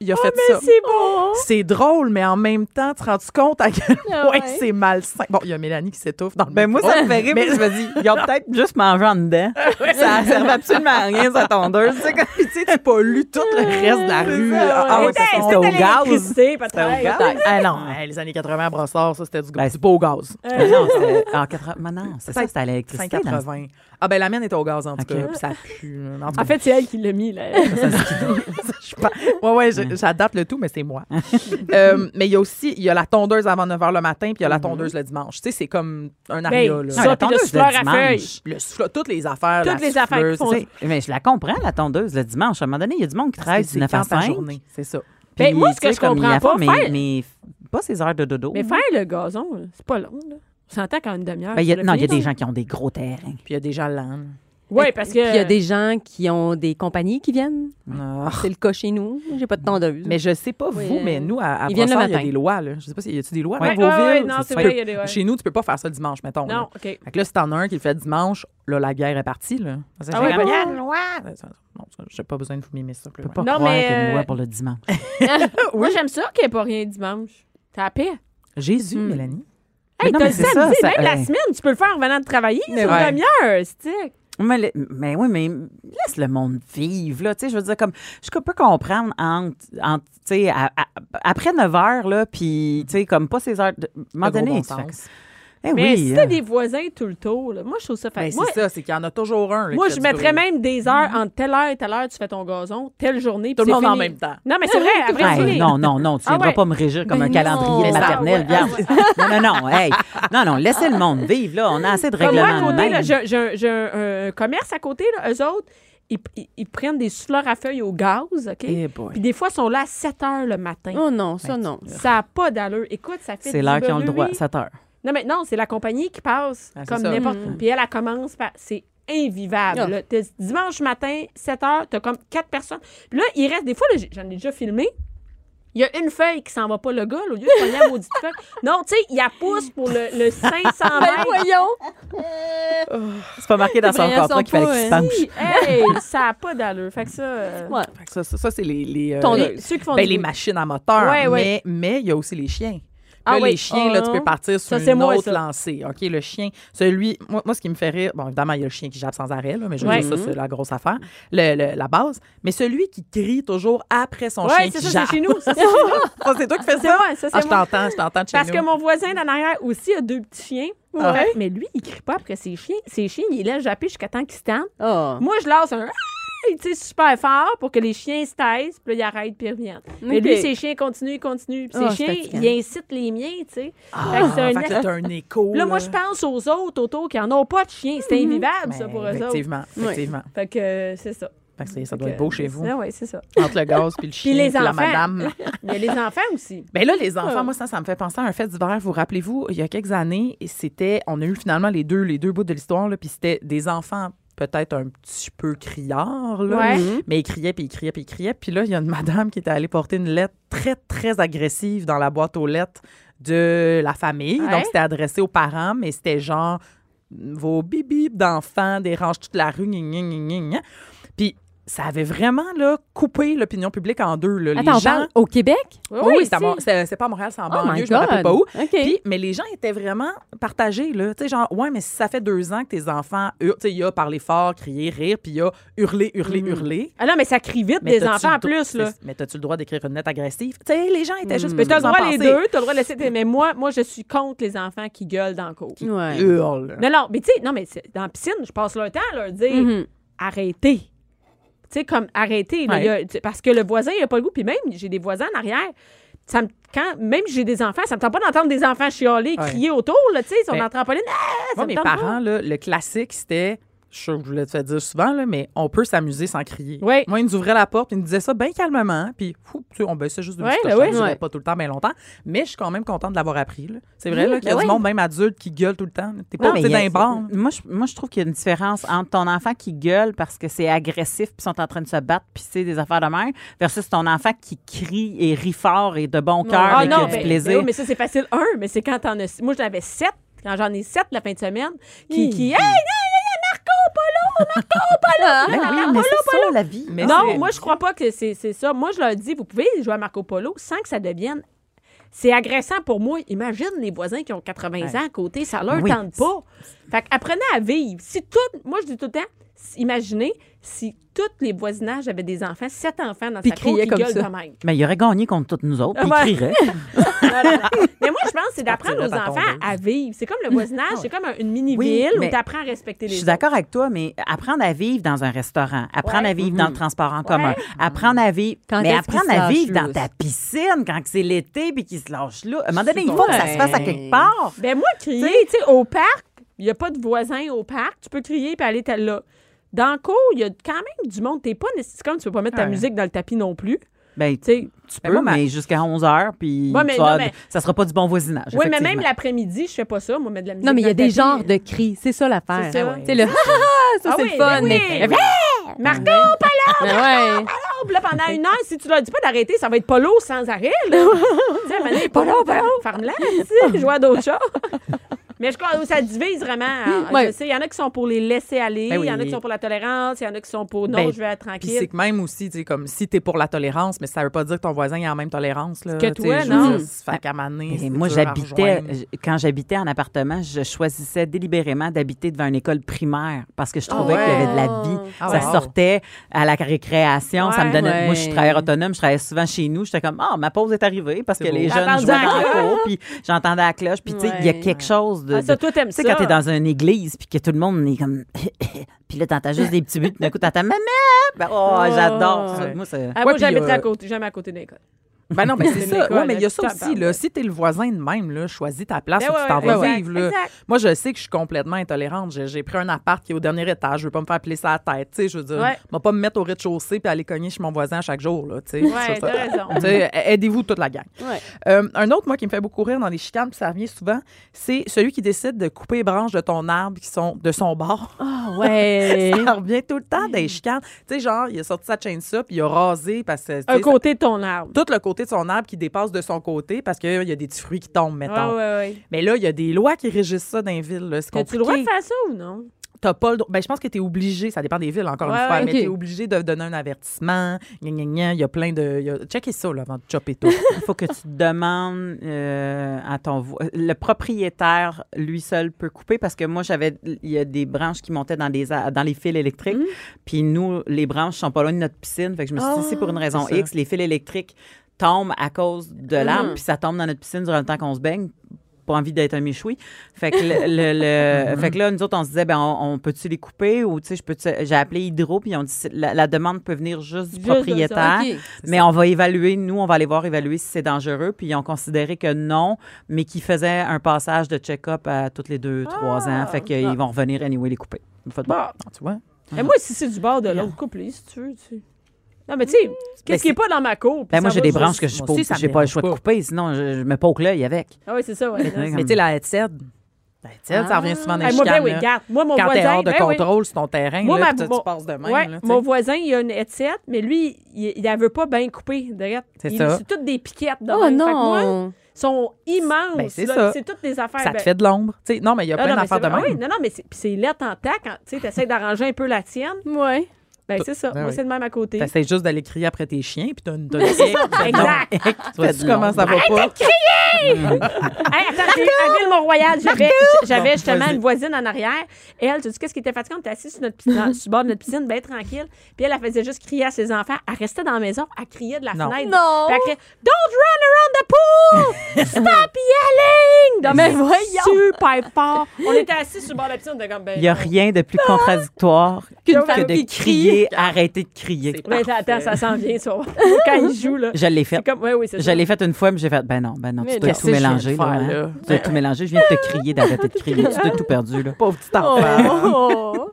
Il a
Oh,
fait
mais
ça.
c'est bon!
C'est drôle, mais en même temps, tu te rends compte à quel
Ah ouais.
point c'est malsain. Bon, il y a Mélanie qui s'étouffe dans le
Ben moi,
micro.
ça me fait rire, mais je me dis, ils ont peut-être juste mangé en dedans. Ça ne servait absolument à rien, sa tondeuse. C'est comme, tu sais, tu pollues tout le reste de la rue.
ça,
là. Ah
ouais.
ouais, ça
Hey,
sent
c'était
au
l'électricité,
gaz.
peut-être.
gaz.
Peut-être. Ah non, hey, les années 80 à Brossard, ça, c'était du,
Ben,
du beau gaz.
Euh,
Mais non, c'était en 80 mais non, c'est ça, c'était à l'électricité. dans-
80. Ah ben la mienne était au gaz, en tout
Ok.
cas. puis Ça pue. En tout
En fait, c'est elle qui l'a mis, là.
Je pense- Ouais, ouais, je- j'adapte le tout, mais c'est moi. Euh, mais il y a aussi, il y a la tondeuse avant 9 h le matin, puis il y a la tondeuse le dimanche. Tu sais, c'est comme un
Mm-hmm. Ben,
aria, là.
Non, la
ça, puis le
tondeuse,
souffleur
le
à
dimanche.
feuilles.
Le souffle, toutes les affaires.
Toutes les affaires qui font
Tu sais, Mais je la comprends, la tondeuse, le dimanche. À un moment donné, il y a du monde qui travaille du 9 à 5.
journée, c'est ça.
Ben,
Puis,
moi, ce
tu
que
sais,
je
comme il y
comprends
a
pas,
mais,
faire-
mais f- pas ces heures de dodo.
Mais faire le gazon, là, c'est pas long, là. On s'entend qu'en une demi-heure.
Ben, il y a-
tu l'as
non, il y a
fini,
des gens qui ont des gros terrains.
Puis il y a déjà l'âne.
Oui, parce que.
Puis il y a des gens qui ont des compagnies qui viennent.
Ah.
C'est le cas chez nous. J'ai pas de tondeuse.
Mais je sais pas vous,
Oui, euh,
mais nous, à, à
ils viennent le
Brossard, il y a
matin.
des lois. Là. Je sais pas s'il y a-tu des lois.
Ouais,
dans vos
ouais, ouais,
villes?
non,
Tu
c'est
peux-
vrai, il y a des- ouais.
Chez nous, tu peux pas faire ça le dimanche, mettons.
Non,
là.
OK.
Ah,
Fait que là, si t'en as un qui le fait dimanche, là, la guerre est partie. Là. Parce que
Ah
j'ai
ouais,
comme,
parce-
Yeah, la loi! Non, ça, j'ai pas besoin de vous mimer ça. plus
Je peux
loin.
pas
Non,
croire
mais,
qu'il y a une
euh,
loi pour le dimanche.
Moi, j'aime ça qu'il n'y ait pas rien dimanche. T'as la paix.
Jésus, Mélanie.
Hmm. Hey,
non,
t'as
mais
le
c'est
samedi,
ça, ça- euh,
même la
ouais.
semaine, tu peux le faire en venant de travailler. C'est une
ouais.
demi-heure, c'est
Mais, le- mais oui, mais laisse le monde vivre, là. Tu sais, je veux dire, comme, je peux comprendre entre, entre, tu sais, à- à- après 9 heures, là, puis, tu sais, comme pas ces heures. De, m'en
Le gros
donné,
bon
tu fais-
sens.
Ben,
Eh
Mais
oui.
hein.
si
euh,
t'as des voisins tout le tour, là, moi, je trouve ça
Ben,
facile.
c'est ça, c'est qu'il y en a toujours un. là,
Moi,
qui a
je
du
mettrais
bruit.
même des heures
Mhm.
entre telle heure et telle heure, tu fais ton gazon, telle journée.
Tout
puis
le
c'est
monde en
fini.
même temps.
Non, mais c'est
[LAUGHS]
vrai, après,
Hey,
c'est fini.
non, non, non, tu
Ah
viendras
ouais.
pas me régir comme
Ben
un
non.
calendrier
Mais
de
ça,
maternelle,
ouais,
viens. Non, non, non, hey. Non, non, laissez le monde vivre, là. On a assez de
Comme moi, à
règlements. de
côté, là,
même.
j'ai- j'ai un- j'ai un, un euh, commerce à côté, là, eux autres, ils, ils- ils prennent des souffleurs à feuilles au gaz, OK?
Eh boy.
Puis des fois, ils sont là à 7 heures le matin.
Oh non, ça non.
Ça n'a pas d'allure. Écoute, ça fait
C'est
du
l'heure qu'ils ont le
bruit.
droit, 7 heures.
Non, mais non, c'est la compagnie qui passe,
Ah, c'est
comme
ça.
n'importe.
Mm-hmm.
Puis elle, elle commence par. C'est invivable.
Ah.
là. T'es- Dimanche matin, 7 h, t'as comme quatre personnes. Puis là, il reste. Des fois, là, j'ai- j'en ai déjà filmé. Il y a une feuille qui s'en va pas, le gars, là, au lieu de pogner la maudite feuille. Non, tu sais, il la pousse pour le,
[LAUGHS]
le 500
Ben
mètres.
voyons!
C'est pas marqué dans
son Vrai, elles contrat sont qu'il fallait pas, qu'il se hein.
penche.
Hey, ça n'a pas d'allure. Fait que ça. euh,
Ouais.
Fait que Ça, ça, ça, c'est les, les, euh,
Ton-
les-
les- ceux qui font
ben,
du
les
bruit.
machines à moteur.
Ouais, ouais.
Mais mais il y a aussi les chiens.
Ah
Là,
oui.
les chiens, là, tu
Ah.
peux partir sur
Ça, c'est
une
moi,
autre
ça.
lancée. OK, le chien, celui... Moi, moi, ce qui me fait rire... Bon, évidemment, il y a le chien qui jappe sans arrêt, là, mais je veux
Ouais. Mm-hmm.
dire, ça, c'est la grosse affaire, le- le- la base. Mais celui qui crie toujours après son
Ouais,
chien
c'est
qui
ça,
jappe.
c'est
[LAUGHS]
chez nous. [LAUGHS] ça, c'est chez nous.
Ça, c'est toi qui fais
C'est
ça?
moi, ça, c'est
ah, je
moi.
t'entends, je t'entends de chez
Parce
nous.
que mon voisin d'en arrière aussi a deux petits chiens.
Ah ouais?
Fait- Mais lui, il crie pas après ses chiens. Ses chiens, il laisse japper jusqu'à temps qu'ils se tendent.
Oh.
Moi, je lance un Ah! tu sais, super fort pour que les chiens se taisent, puis là, ils arrêtent, puis ils reviennent. Mais
Ok.
lui, ses chiens continuent, ils continuent. Puis ses
Ah, c'est
chiens,
fatigant.
ils incitent les miens, tu sais. Fait que c'est
Ah,
un
fait que là,
[LAUGHS]
t'as un écho.
Là, moi, je pense aux autres autour qui en ont pas de chiens. C'est invivable, ça,
Ben,
pour eux autres.
Effectivement, effectivement.
Fait que euh, c'est ça.
Fait que c'est- ça
Fait
doit
que,
être beau chez vous.
Ah, ouais, c'est ça.
Entre le gaz puis le chien,
Puis les
puis la
enfants.
madame.
Il y a les enfants aussi.
Ben là, les enfants,
Ah.
moi, ça, ça me fait penser à un fait divers. Vous rappelez-vous, il y a quelques années, et c'était, on a eu finalement les deux, les deux bouts de l'histoire, là, puis c'était des enfants peut-être un petit peu criards, là,
Ouais.
mais ils criaient, puis ils criaient, puis ils criaient. Puis là, il y a une [LAUGHS] madame qui était allée porter une lettre très, très agressive dans la boîte aux lettres de la famille.
Ouais.
Donc, c'était adressé aux parents, mais c'était genre vos bibibes d'enfants dérangent toute la rue, gna, gna, gna, gna, gna. Puis ça avait vraiment là, coupé l'opinion publique en deux. là.
Attends,
les
on
gens
parle au Québec?
oui, oui,
ici.
c'est à Mont- c'est c'est pas à Montréal, c'est en
Oh
banlieue,
my
je me rappelle
God.
pas où.
OK.
Puis, mais les gens étaient vraiment partagés, là. Tu sais, genre, ouais, mais si ça fait deux ans que tes enfants, hurlent, tu sais, il y a parlé fort, crié, rire, puis il y a hurlé, hurlé, hurlé.
Ah non, mais ça crie vite,
Mais
des
t'as-tu
enfants en
le droit-
plus, là. Mm.
c'est- Mais t'as-tu le droit d'écrire une lettre agressive? Tu sais, les gens étaient juste.
Mais t'as le
Qu'est-ce
droit
que vous en
les
pensez?
deux, t'as le droit de laisser. tes- Mais moi, moi, je suis contre les enfants qui gueulent dans le cours.
Ouais.
Hurle.
Non, non, mais tu sais, non, mais c'est- dans la piscine, je passe le temps à leur dire
Mhm.
arrêtez. Tu sais, comme arrêtez. là,
Mm-hmm. Ouais.
il y a- tu- parce que le voisin, il n'a pas le goût. Puis même, j'ai des voisins en arrière. Ça me- quand, même si j'ai des enfants, ça me tente pas d'entendre des enfants chialer, crier autour, là, tu sais, ils sont
Ben,
dans le trampoline. Ah, ça
Moi,
me
mes
tente pas.
parents, là, le classique, c'était. Je suis sûr que je voulais te faire dire souvent, là, mais on peut s'amuser sans crier.
Oui.
Moi, ils nous ouvraient la porte, ils nous disaient ça bien calmement, puis fou, tu sais, on baissait juste de
Ouais, ben
ouais,
oui.
Ouais.
pas tout le temps, bien longtemps. Mais je suis quand même contente de l'avoir appris. là. C'est vrai
Oui,
là, qu'il y a
ben
du
oui.
monde, même adulte, qui gueule tout le temps. T'es
Non,
pas
mais
tu sais,
il y
dans
a-
les bars.
Moi, je, moi, je trouve qu'il y a une différence entre ton enfant qui gueule parce que c'est agressif puis sont en train de se battre puis c'est des affaires de merde versus ton enfant qui crie et rit fort et de bon cœur
Ah
et qui
non,
a
ben,
du
ben
plaisir.
oui, mais ça, c'est facile. Un, mais c'est quand t'en as. Moi, j'en avais sept. Quand j'en ai sept la fin de semaine, qui. qui hey, hey, hey, hey, Marco, pas là,
Ben oui, mais c'est ça, la vie.
Mais
non,
c'est-
moi, je crois pas que c'est c'est ça. Moi, je leur dis, vous pouvez jouer à Marco Polo sans que ça devienne. C'est agressant pour moi. Imagine les voisins qui ont 80 ans à côté, ça leur
Oui.
tente pas. Fait que apprenez à vivre. Si tout, moi je dis tout le temps, si- imaginez si tous les voisinages avaient des enfants, sept enfants dans
Puis
sa cour
criaient
qui
comme
gueulent
ça.
de même.
Mais il aurait gagné contre toutes nous autres, puis
Ouais.
il crierait.
Voilà. mais moi, je pense que c'est d'apprendre
partirais
aux
ta
enfants
tondeuse.
à vivre. C'est comme le voisinage, c'est comme un- une
Oui,
mini-ville où
mais
tu apprends à respecter les
Je suis
autres.
d'accord avec toi, mais apprendre à vivre dans un restaurant, apprendre
Ouais.
à vivre dans le transport en commun, apprendre à vivre,
Quand
mais
est-ce
apprendre
qu'ils se
à vivre
lâchent
dans
lousse?
ta piscine quand que c'est l'été puis qu'ils se lâchent là. À un moment donné, il faut
Ouais.
que ça se fasse à quelque part.
Ben moi, crier, tu sais, au parc, il n'y a pas de voisins au parc, tu peux crier puis aller tel là. Dans le cours, il y a quand même du monde. T'es pas nécessairement, tu peux pas mettre ta
Ouais.
musique dans le tapis non plus.
Ben, tu
Tu sais,
tu
Ben
peux,
moi, ma-
mais jusqu'à 11 h puis
Ouais, mais
tu vas-
non, mais-
ça sera pas du bon voisinage.
oui, mais même
effectivement.
l'après-midi, je fais pas ça, moi, mettre de la musique.
Non, mais il y a
dans le
des
tapis.
genres de cris. C'est ça l'affaire.
C'est ça.
Tu sais, le ha [LAUGHS] ha, ça,
Ah
c'est
oui,
le fun.
ben oui.
Mais,
Marco, pas
mais ouais.
Ah, là, pendant une heure, si tu leur dis pas d'arrêter, ça va être polo sans arrêt, là. tu sais, à un moment donné, polo, polo, ferme-la, tu sais, [LAUGHS] joue à d'autres choses. Mais je crois que ça divise vraiment. hein.
Ouais.
Je sais, il y en a qui sont pour les laisser aller, il
Ben
y en a
oui.
qui sont pour la tolérance, il y en a qui sont pour non,
Ben,
je veux être
Puis
tranquille.
c'est que même aussi, tu sais, comme si t'es pour la tolérance, mais ça veut pas dire que ton voisin est en même tolérance. Là,
Que
tu sais,
toi,
je veux
non.
dire, ça Fait qu'à maner,
Et
c'est
moi,
dur à
j'habitais,
rejoindre.
j- quand j'habitais en appartement, je choisissais délibérément d'habiter devant une école primaire parce que je trouvais qu'il y avait de la vie.
Ah
ça
ouais.
sortait à la récréation. ça me
Ouais.
donnait. Moi, je suis
Ouais.
travailleur autonome, je travaillais souvent chez nous. J'étais comme, ah, ma pause est arrivée parce que
C'est
les
beau.
jeunes
Attendez
jouaient dans
la
la cour, puis j'entendais la cloche. Puis, tu sais, il y a
Ouais.
quelque chose de.
Ah, ça,
de-
toi, t'aimes
tu sais,
ça.
quand t'es dans une église, puis que tout le monde est comme. [LAUGHS] puis là, t'entends juste des petits buts, puis d'un coup, t'entends maman. Ben, oh, j'adore ça.
Ouais.
Moi, ça.
Ah, moi,
Ouais, puis,
j'habiterais
euh,
à côté, jamais à côté d'une école.
Ben non, mais c'est
C'est
ça.
l'école,
Ouais, mais il y a ça
là,
aussi,
tabarnak.
là. Si t'es le voisin de même, là, choisis ta place
Ben
où
ouais,
tu t'en vas
exact,
vivre, là.
exact.
Moi, je sais que je suis complètement intolérante. J'ai, j'ai pris un appart qui est au dernier étage. Je veux pas me faire plaisir à la tête, tu sais. Je veux dire,
Ouais.
moi, pas me mettre au rez-de-chaussée puis aller cogner chez mon voisin à chaque jour, là, tu sais. Je
Ouais,
trouve ça-
t'as raison.
Tu sais, aidez-vous toute la gang.
Ouais.
Euh, un autre, moi, qui me fait beaucoup rire dans les chicanes, puis ça revient souvent, c'est celui qui décide de couper les branches de ton arbre qui sont de son bord.
Ah ouais.
[LAUGHS] Ça revient tout le temps des chicanes. Tu sais, genre, il a sorti sa chaîne ça, puis il a rasé parce que. tu
Un
sais, ça-
côté de ton arbre.
tout le côté de son arbre qui dépasse de son côté parce qu'il y a des petits fruits qui tombent, mettons.
Ouais, ouais, ouais.
Mais là, il y a des lois qui régissent ça dans les villes. là. C'est
As-tu le droit de
compliqué.
faire ça ou non?
T'as pas le droit- Ben, je pense que tu es obligé, ça dépend des villes, encore
Ouais,
une fois,
ouais,
mais
ok.
tu es obligé de donner un avertissement. Gna, gna, gna. Il y a plein de. il y a- Checkez ça là, avant de chopper tout. [LAUGHS]
il faut que tu demandes euh, à ton vo- le propriétaire lui seul peut couper parce que moi j'avais il y a des branches qui montaient dans les a- dans les fils électriques
Mm.
puis nous les branches sont pas loin de notre piscine fait que je me suis dit si pour une raison
Ah, c'est ça. Mm.
X les fils électriques tombent à cause de l'arbre puis ça tombe dans notre piscine durant le temps qu'on se baigne pas envie d'être un méchoui. Fait que, le,
[LAUGHS]
le- le- fait que là, nous autres, on se disait, ben, on, on peut-tu les couper ou, tu sais, je peux j'ai appelé Hydro, puis on dit, la, la demande peut venir juste du
Juste de ça,
propriétaire.
OK.
Mais on va évaluer, nous, on va aller voir évaluer si c'est dangereux. Puis ils ont considéré que non, mais qu'ils faisaient un passage de check-up à toutes les deux, trois ans. Fait qu'ils vont revenir anyway les couper. Faites-
Ah, Bon.
tu vois?
Et moi, si c'est du bord de l'autre, couple si tu veux. tu sais. Non, mais tu sais, qu'est-ce qui
c'est-
n'est pas dans ma cour? puis
Ben, moi,
ça
j'ai
va
des
juste-
branches que je
moi
pas,
aussi, ça me
j'ai pas le
dérange
choix de
pas.
couper, sinon je, je me poke l'œil avec.
Ah oui, c'est ça, ouais. non,
Mais tu sais, la Headset, la Headset, ça revient souvent dans les
Hey, moi, ben
chicanes.
oui,
là.
garde. Moi, mon
Quand t'es
voisin.
hors de
ben oui.
contrôle sur ton terrain,
Moi,
là,
ma-
puis tu, tu
mon-
passes de même.
ouais,
là, tu sais.
mon voisin, il a une headset, mais lui, il ne veut pas bien couper. direct.
C'est
Il-
ça.
C'est toutes des piquettes. de
Oh
même. Fait que moi,
non.
ils sont immenses.
Ben, c'est
là,
ça.
C'est toutes des affaires.
Ça te
ben,
fait de l'ombre. Tu sais, non, mais il y a
Ah,
plein
non, mais
d'affaires de
c'est-
même.
ah oui, non, non, mais c'est puis c'est lettre en tac. Quand tu essaies d'arranger un peu la tienne,
Ouais.
ben c'est ça.
Ben
Moi,
oui.
c'est de même à côté.
T'essaies juste d'aller crier après tes chiens, puis t'as une
[LAUGHS]
t'as une hic, t'as une-
Exact.
Tu vois-tu comment ça va pas?
Hey, attends, j'ai- à Ville-Mont-Royal, j'avais, j'avais justement une voisine en arrière. Elle, tu sais qu'est-ce qui était fatigant? On était assis sur, notre, piscine- dans- sur le bord de notre piscine, bien tranquille. Puis elle, elle faisait juste crier à ses enfants. Elle restait dans la maison, elle criait de la
Non.
fenêtre.
Non.
Puis elle criait, Don't run around the pool!
[LAUGHS]
Stop yelling! Donc,
Mais
c'est
voyons!
Super fort. On était assis sur le bord de la piscine, on était comme, ben.
Il n'y a
non.
rien de plus contradictoire
Qu'une
que
femme
de
qui
crier, arrêter de crier.
Mais attends, ça s'en vient, ça. Quand il joue, là.
[LAUGHS] Je l'ai fait.
C'est comme, ouais, oui, c'est ça.
Je l'ai fait une fois, mais j'ai fait, ben non, ben non,
Mais
tu dois
qu'est-ce
tout
que je viens de
mélanger. là,
faire,
hein.
là?
Tu dois tout mélanger. Je viens de te crier d'arrêter de crier. Tu t'es tout perdu, là.
Pauvre petit enfant.
Oh.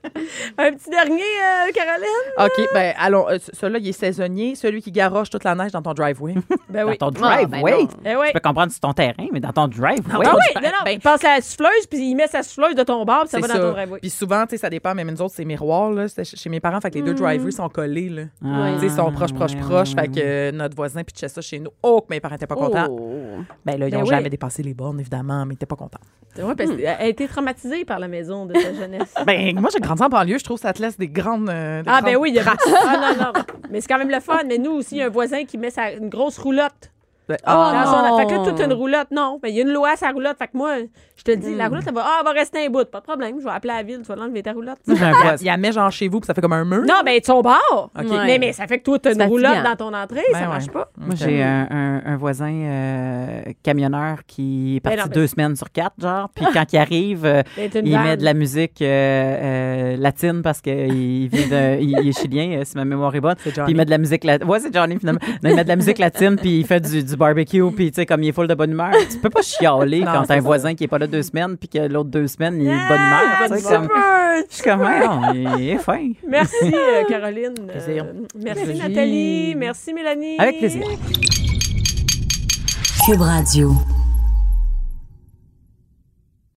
Un petit dernier, euh, Caroline?
OK, ben allons. euh, ce- Celui-là, il est saisonnier. Celui qui garoche toute la neige dans ton driveway.
Ben oui.
Dans ton drive,
ben
wait.
non.
Eh oui.
Je peux comprendre sur ton terrain, mais dans ton drive, oui.
Ah oui, non, non, il passe à la souffleuse, puis il met sa souffleuse de ton bar, puis ça
C'est
va dans ton driveway.
Puis souvent, tu sais, ça dépend. Mais nous autres, c'est miroir, là. C'était chez- chez mes parents. Fait que
Mm.
les deux driveways sont collés, là.
Ah,
Tu sais, ils sont proches, proches,
ouais,
proches.
ouais,
Fait que euh, notre voisin pitchait ça chez nous. Oh, que mes parents étaient pas contents.
Oh. maison.
Ben là, ils
Ben
n'ont
oui.
jamais dépassé les bornes, évidemment, mais t'es pas content.
Ouais, parce qu'elle a été traumatisée par la maison de sa jeunesse.
Ben, moi, j'ai grandi en banlieue, je trouve que ça te laisse des grandes. euh,
[LAUGHS]
des
Ah ben
grandes-
oui, il y a Ah non, non. Mais c'est quand même le fun. Mais nous aussi, il y a un voisin qui met sa, une grosse roulotte.
Ben,
Ah,
dans son-
non.
Fait que là, toute une roulotte, non. Mais il y a une loi à sa roulotte. Fait que moi, je te dis, la roulotte, elle va, ah, elle va rester un bout. Pas de problème, je vais appeler la ville, tu vas l'enlever ta roulotte.
Il la- Il la met genre chez vous, puis ça fait comme un mur.
non, ben ton bar. Mais, mais ça fait que toi, t'as une
C'est
roulotte
fatigant.
dans ton entrée,
Ben
ça
ouais.
marche pas.
Moi, j'ai un, un- un voisin euh, camionneur qui est
Mais
parti
non, mais-
deux semaines sur quatre, genre. Puis quand il arrive, euh,
Ben, t'as une
il met
vanne.
de la musique euh, euh, latine parce qu'il vient de, il, il est chilien, euh, si ma mémoire est bonne. Puis
Johnny.
il met de la musique latine. Ouais, c'est Johnny, finalement. Non, il met de la musique latine, puis il fait du, du barbecue, puis tu sais, comme il est full de bonne humeur. Tu peux pas chialer
Non,
quand
c'est
t'as un
ça.
voisin qui est pas là deux semaines, puis que l'autre deux semaines, il est de bonne humeur. tu sais, comme- Je suis comme, Ah, non, il est fin.
Merci, [LAUGHS] euh, Caroline. Euh,
plaisir.
merci, Nathalie. Merci, Mélanie.
Avec plaisir.
Cube Radio.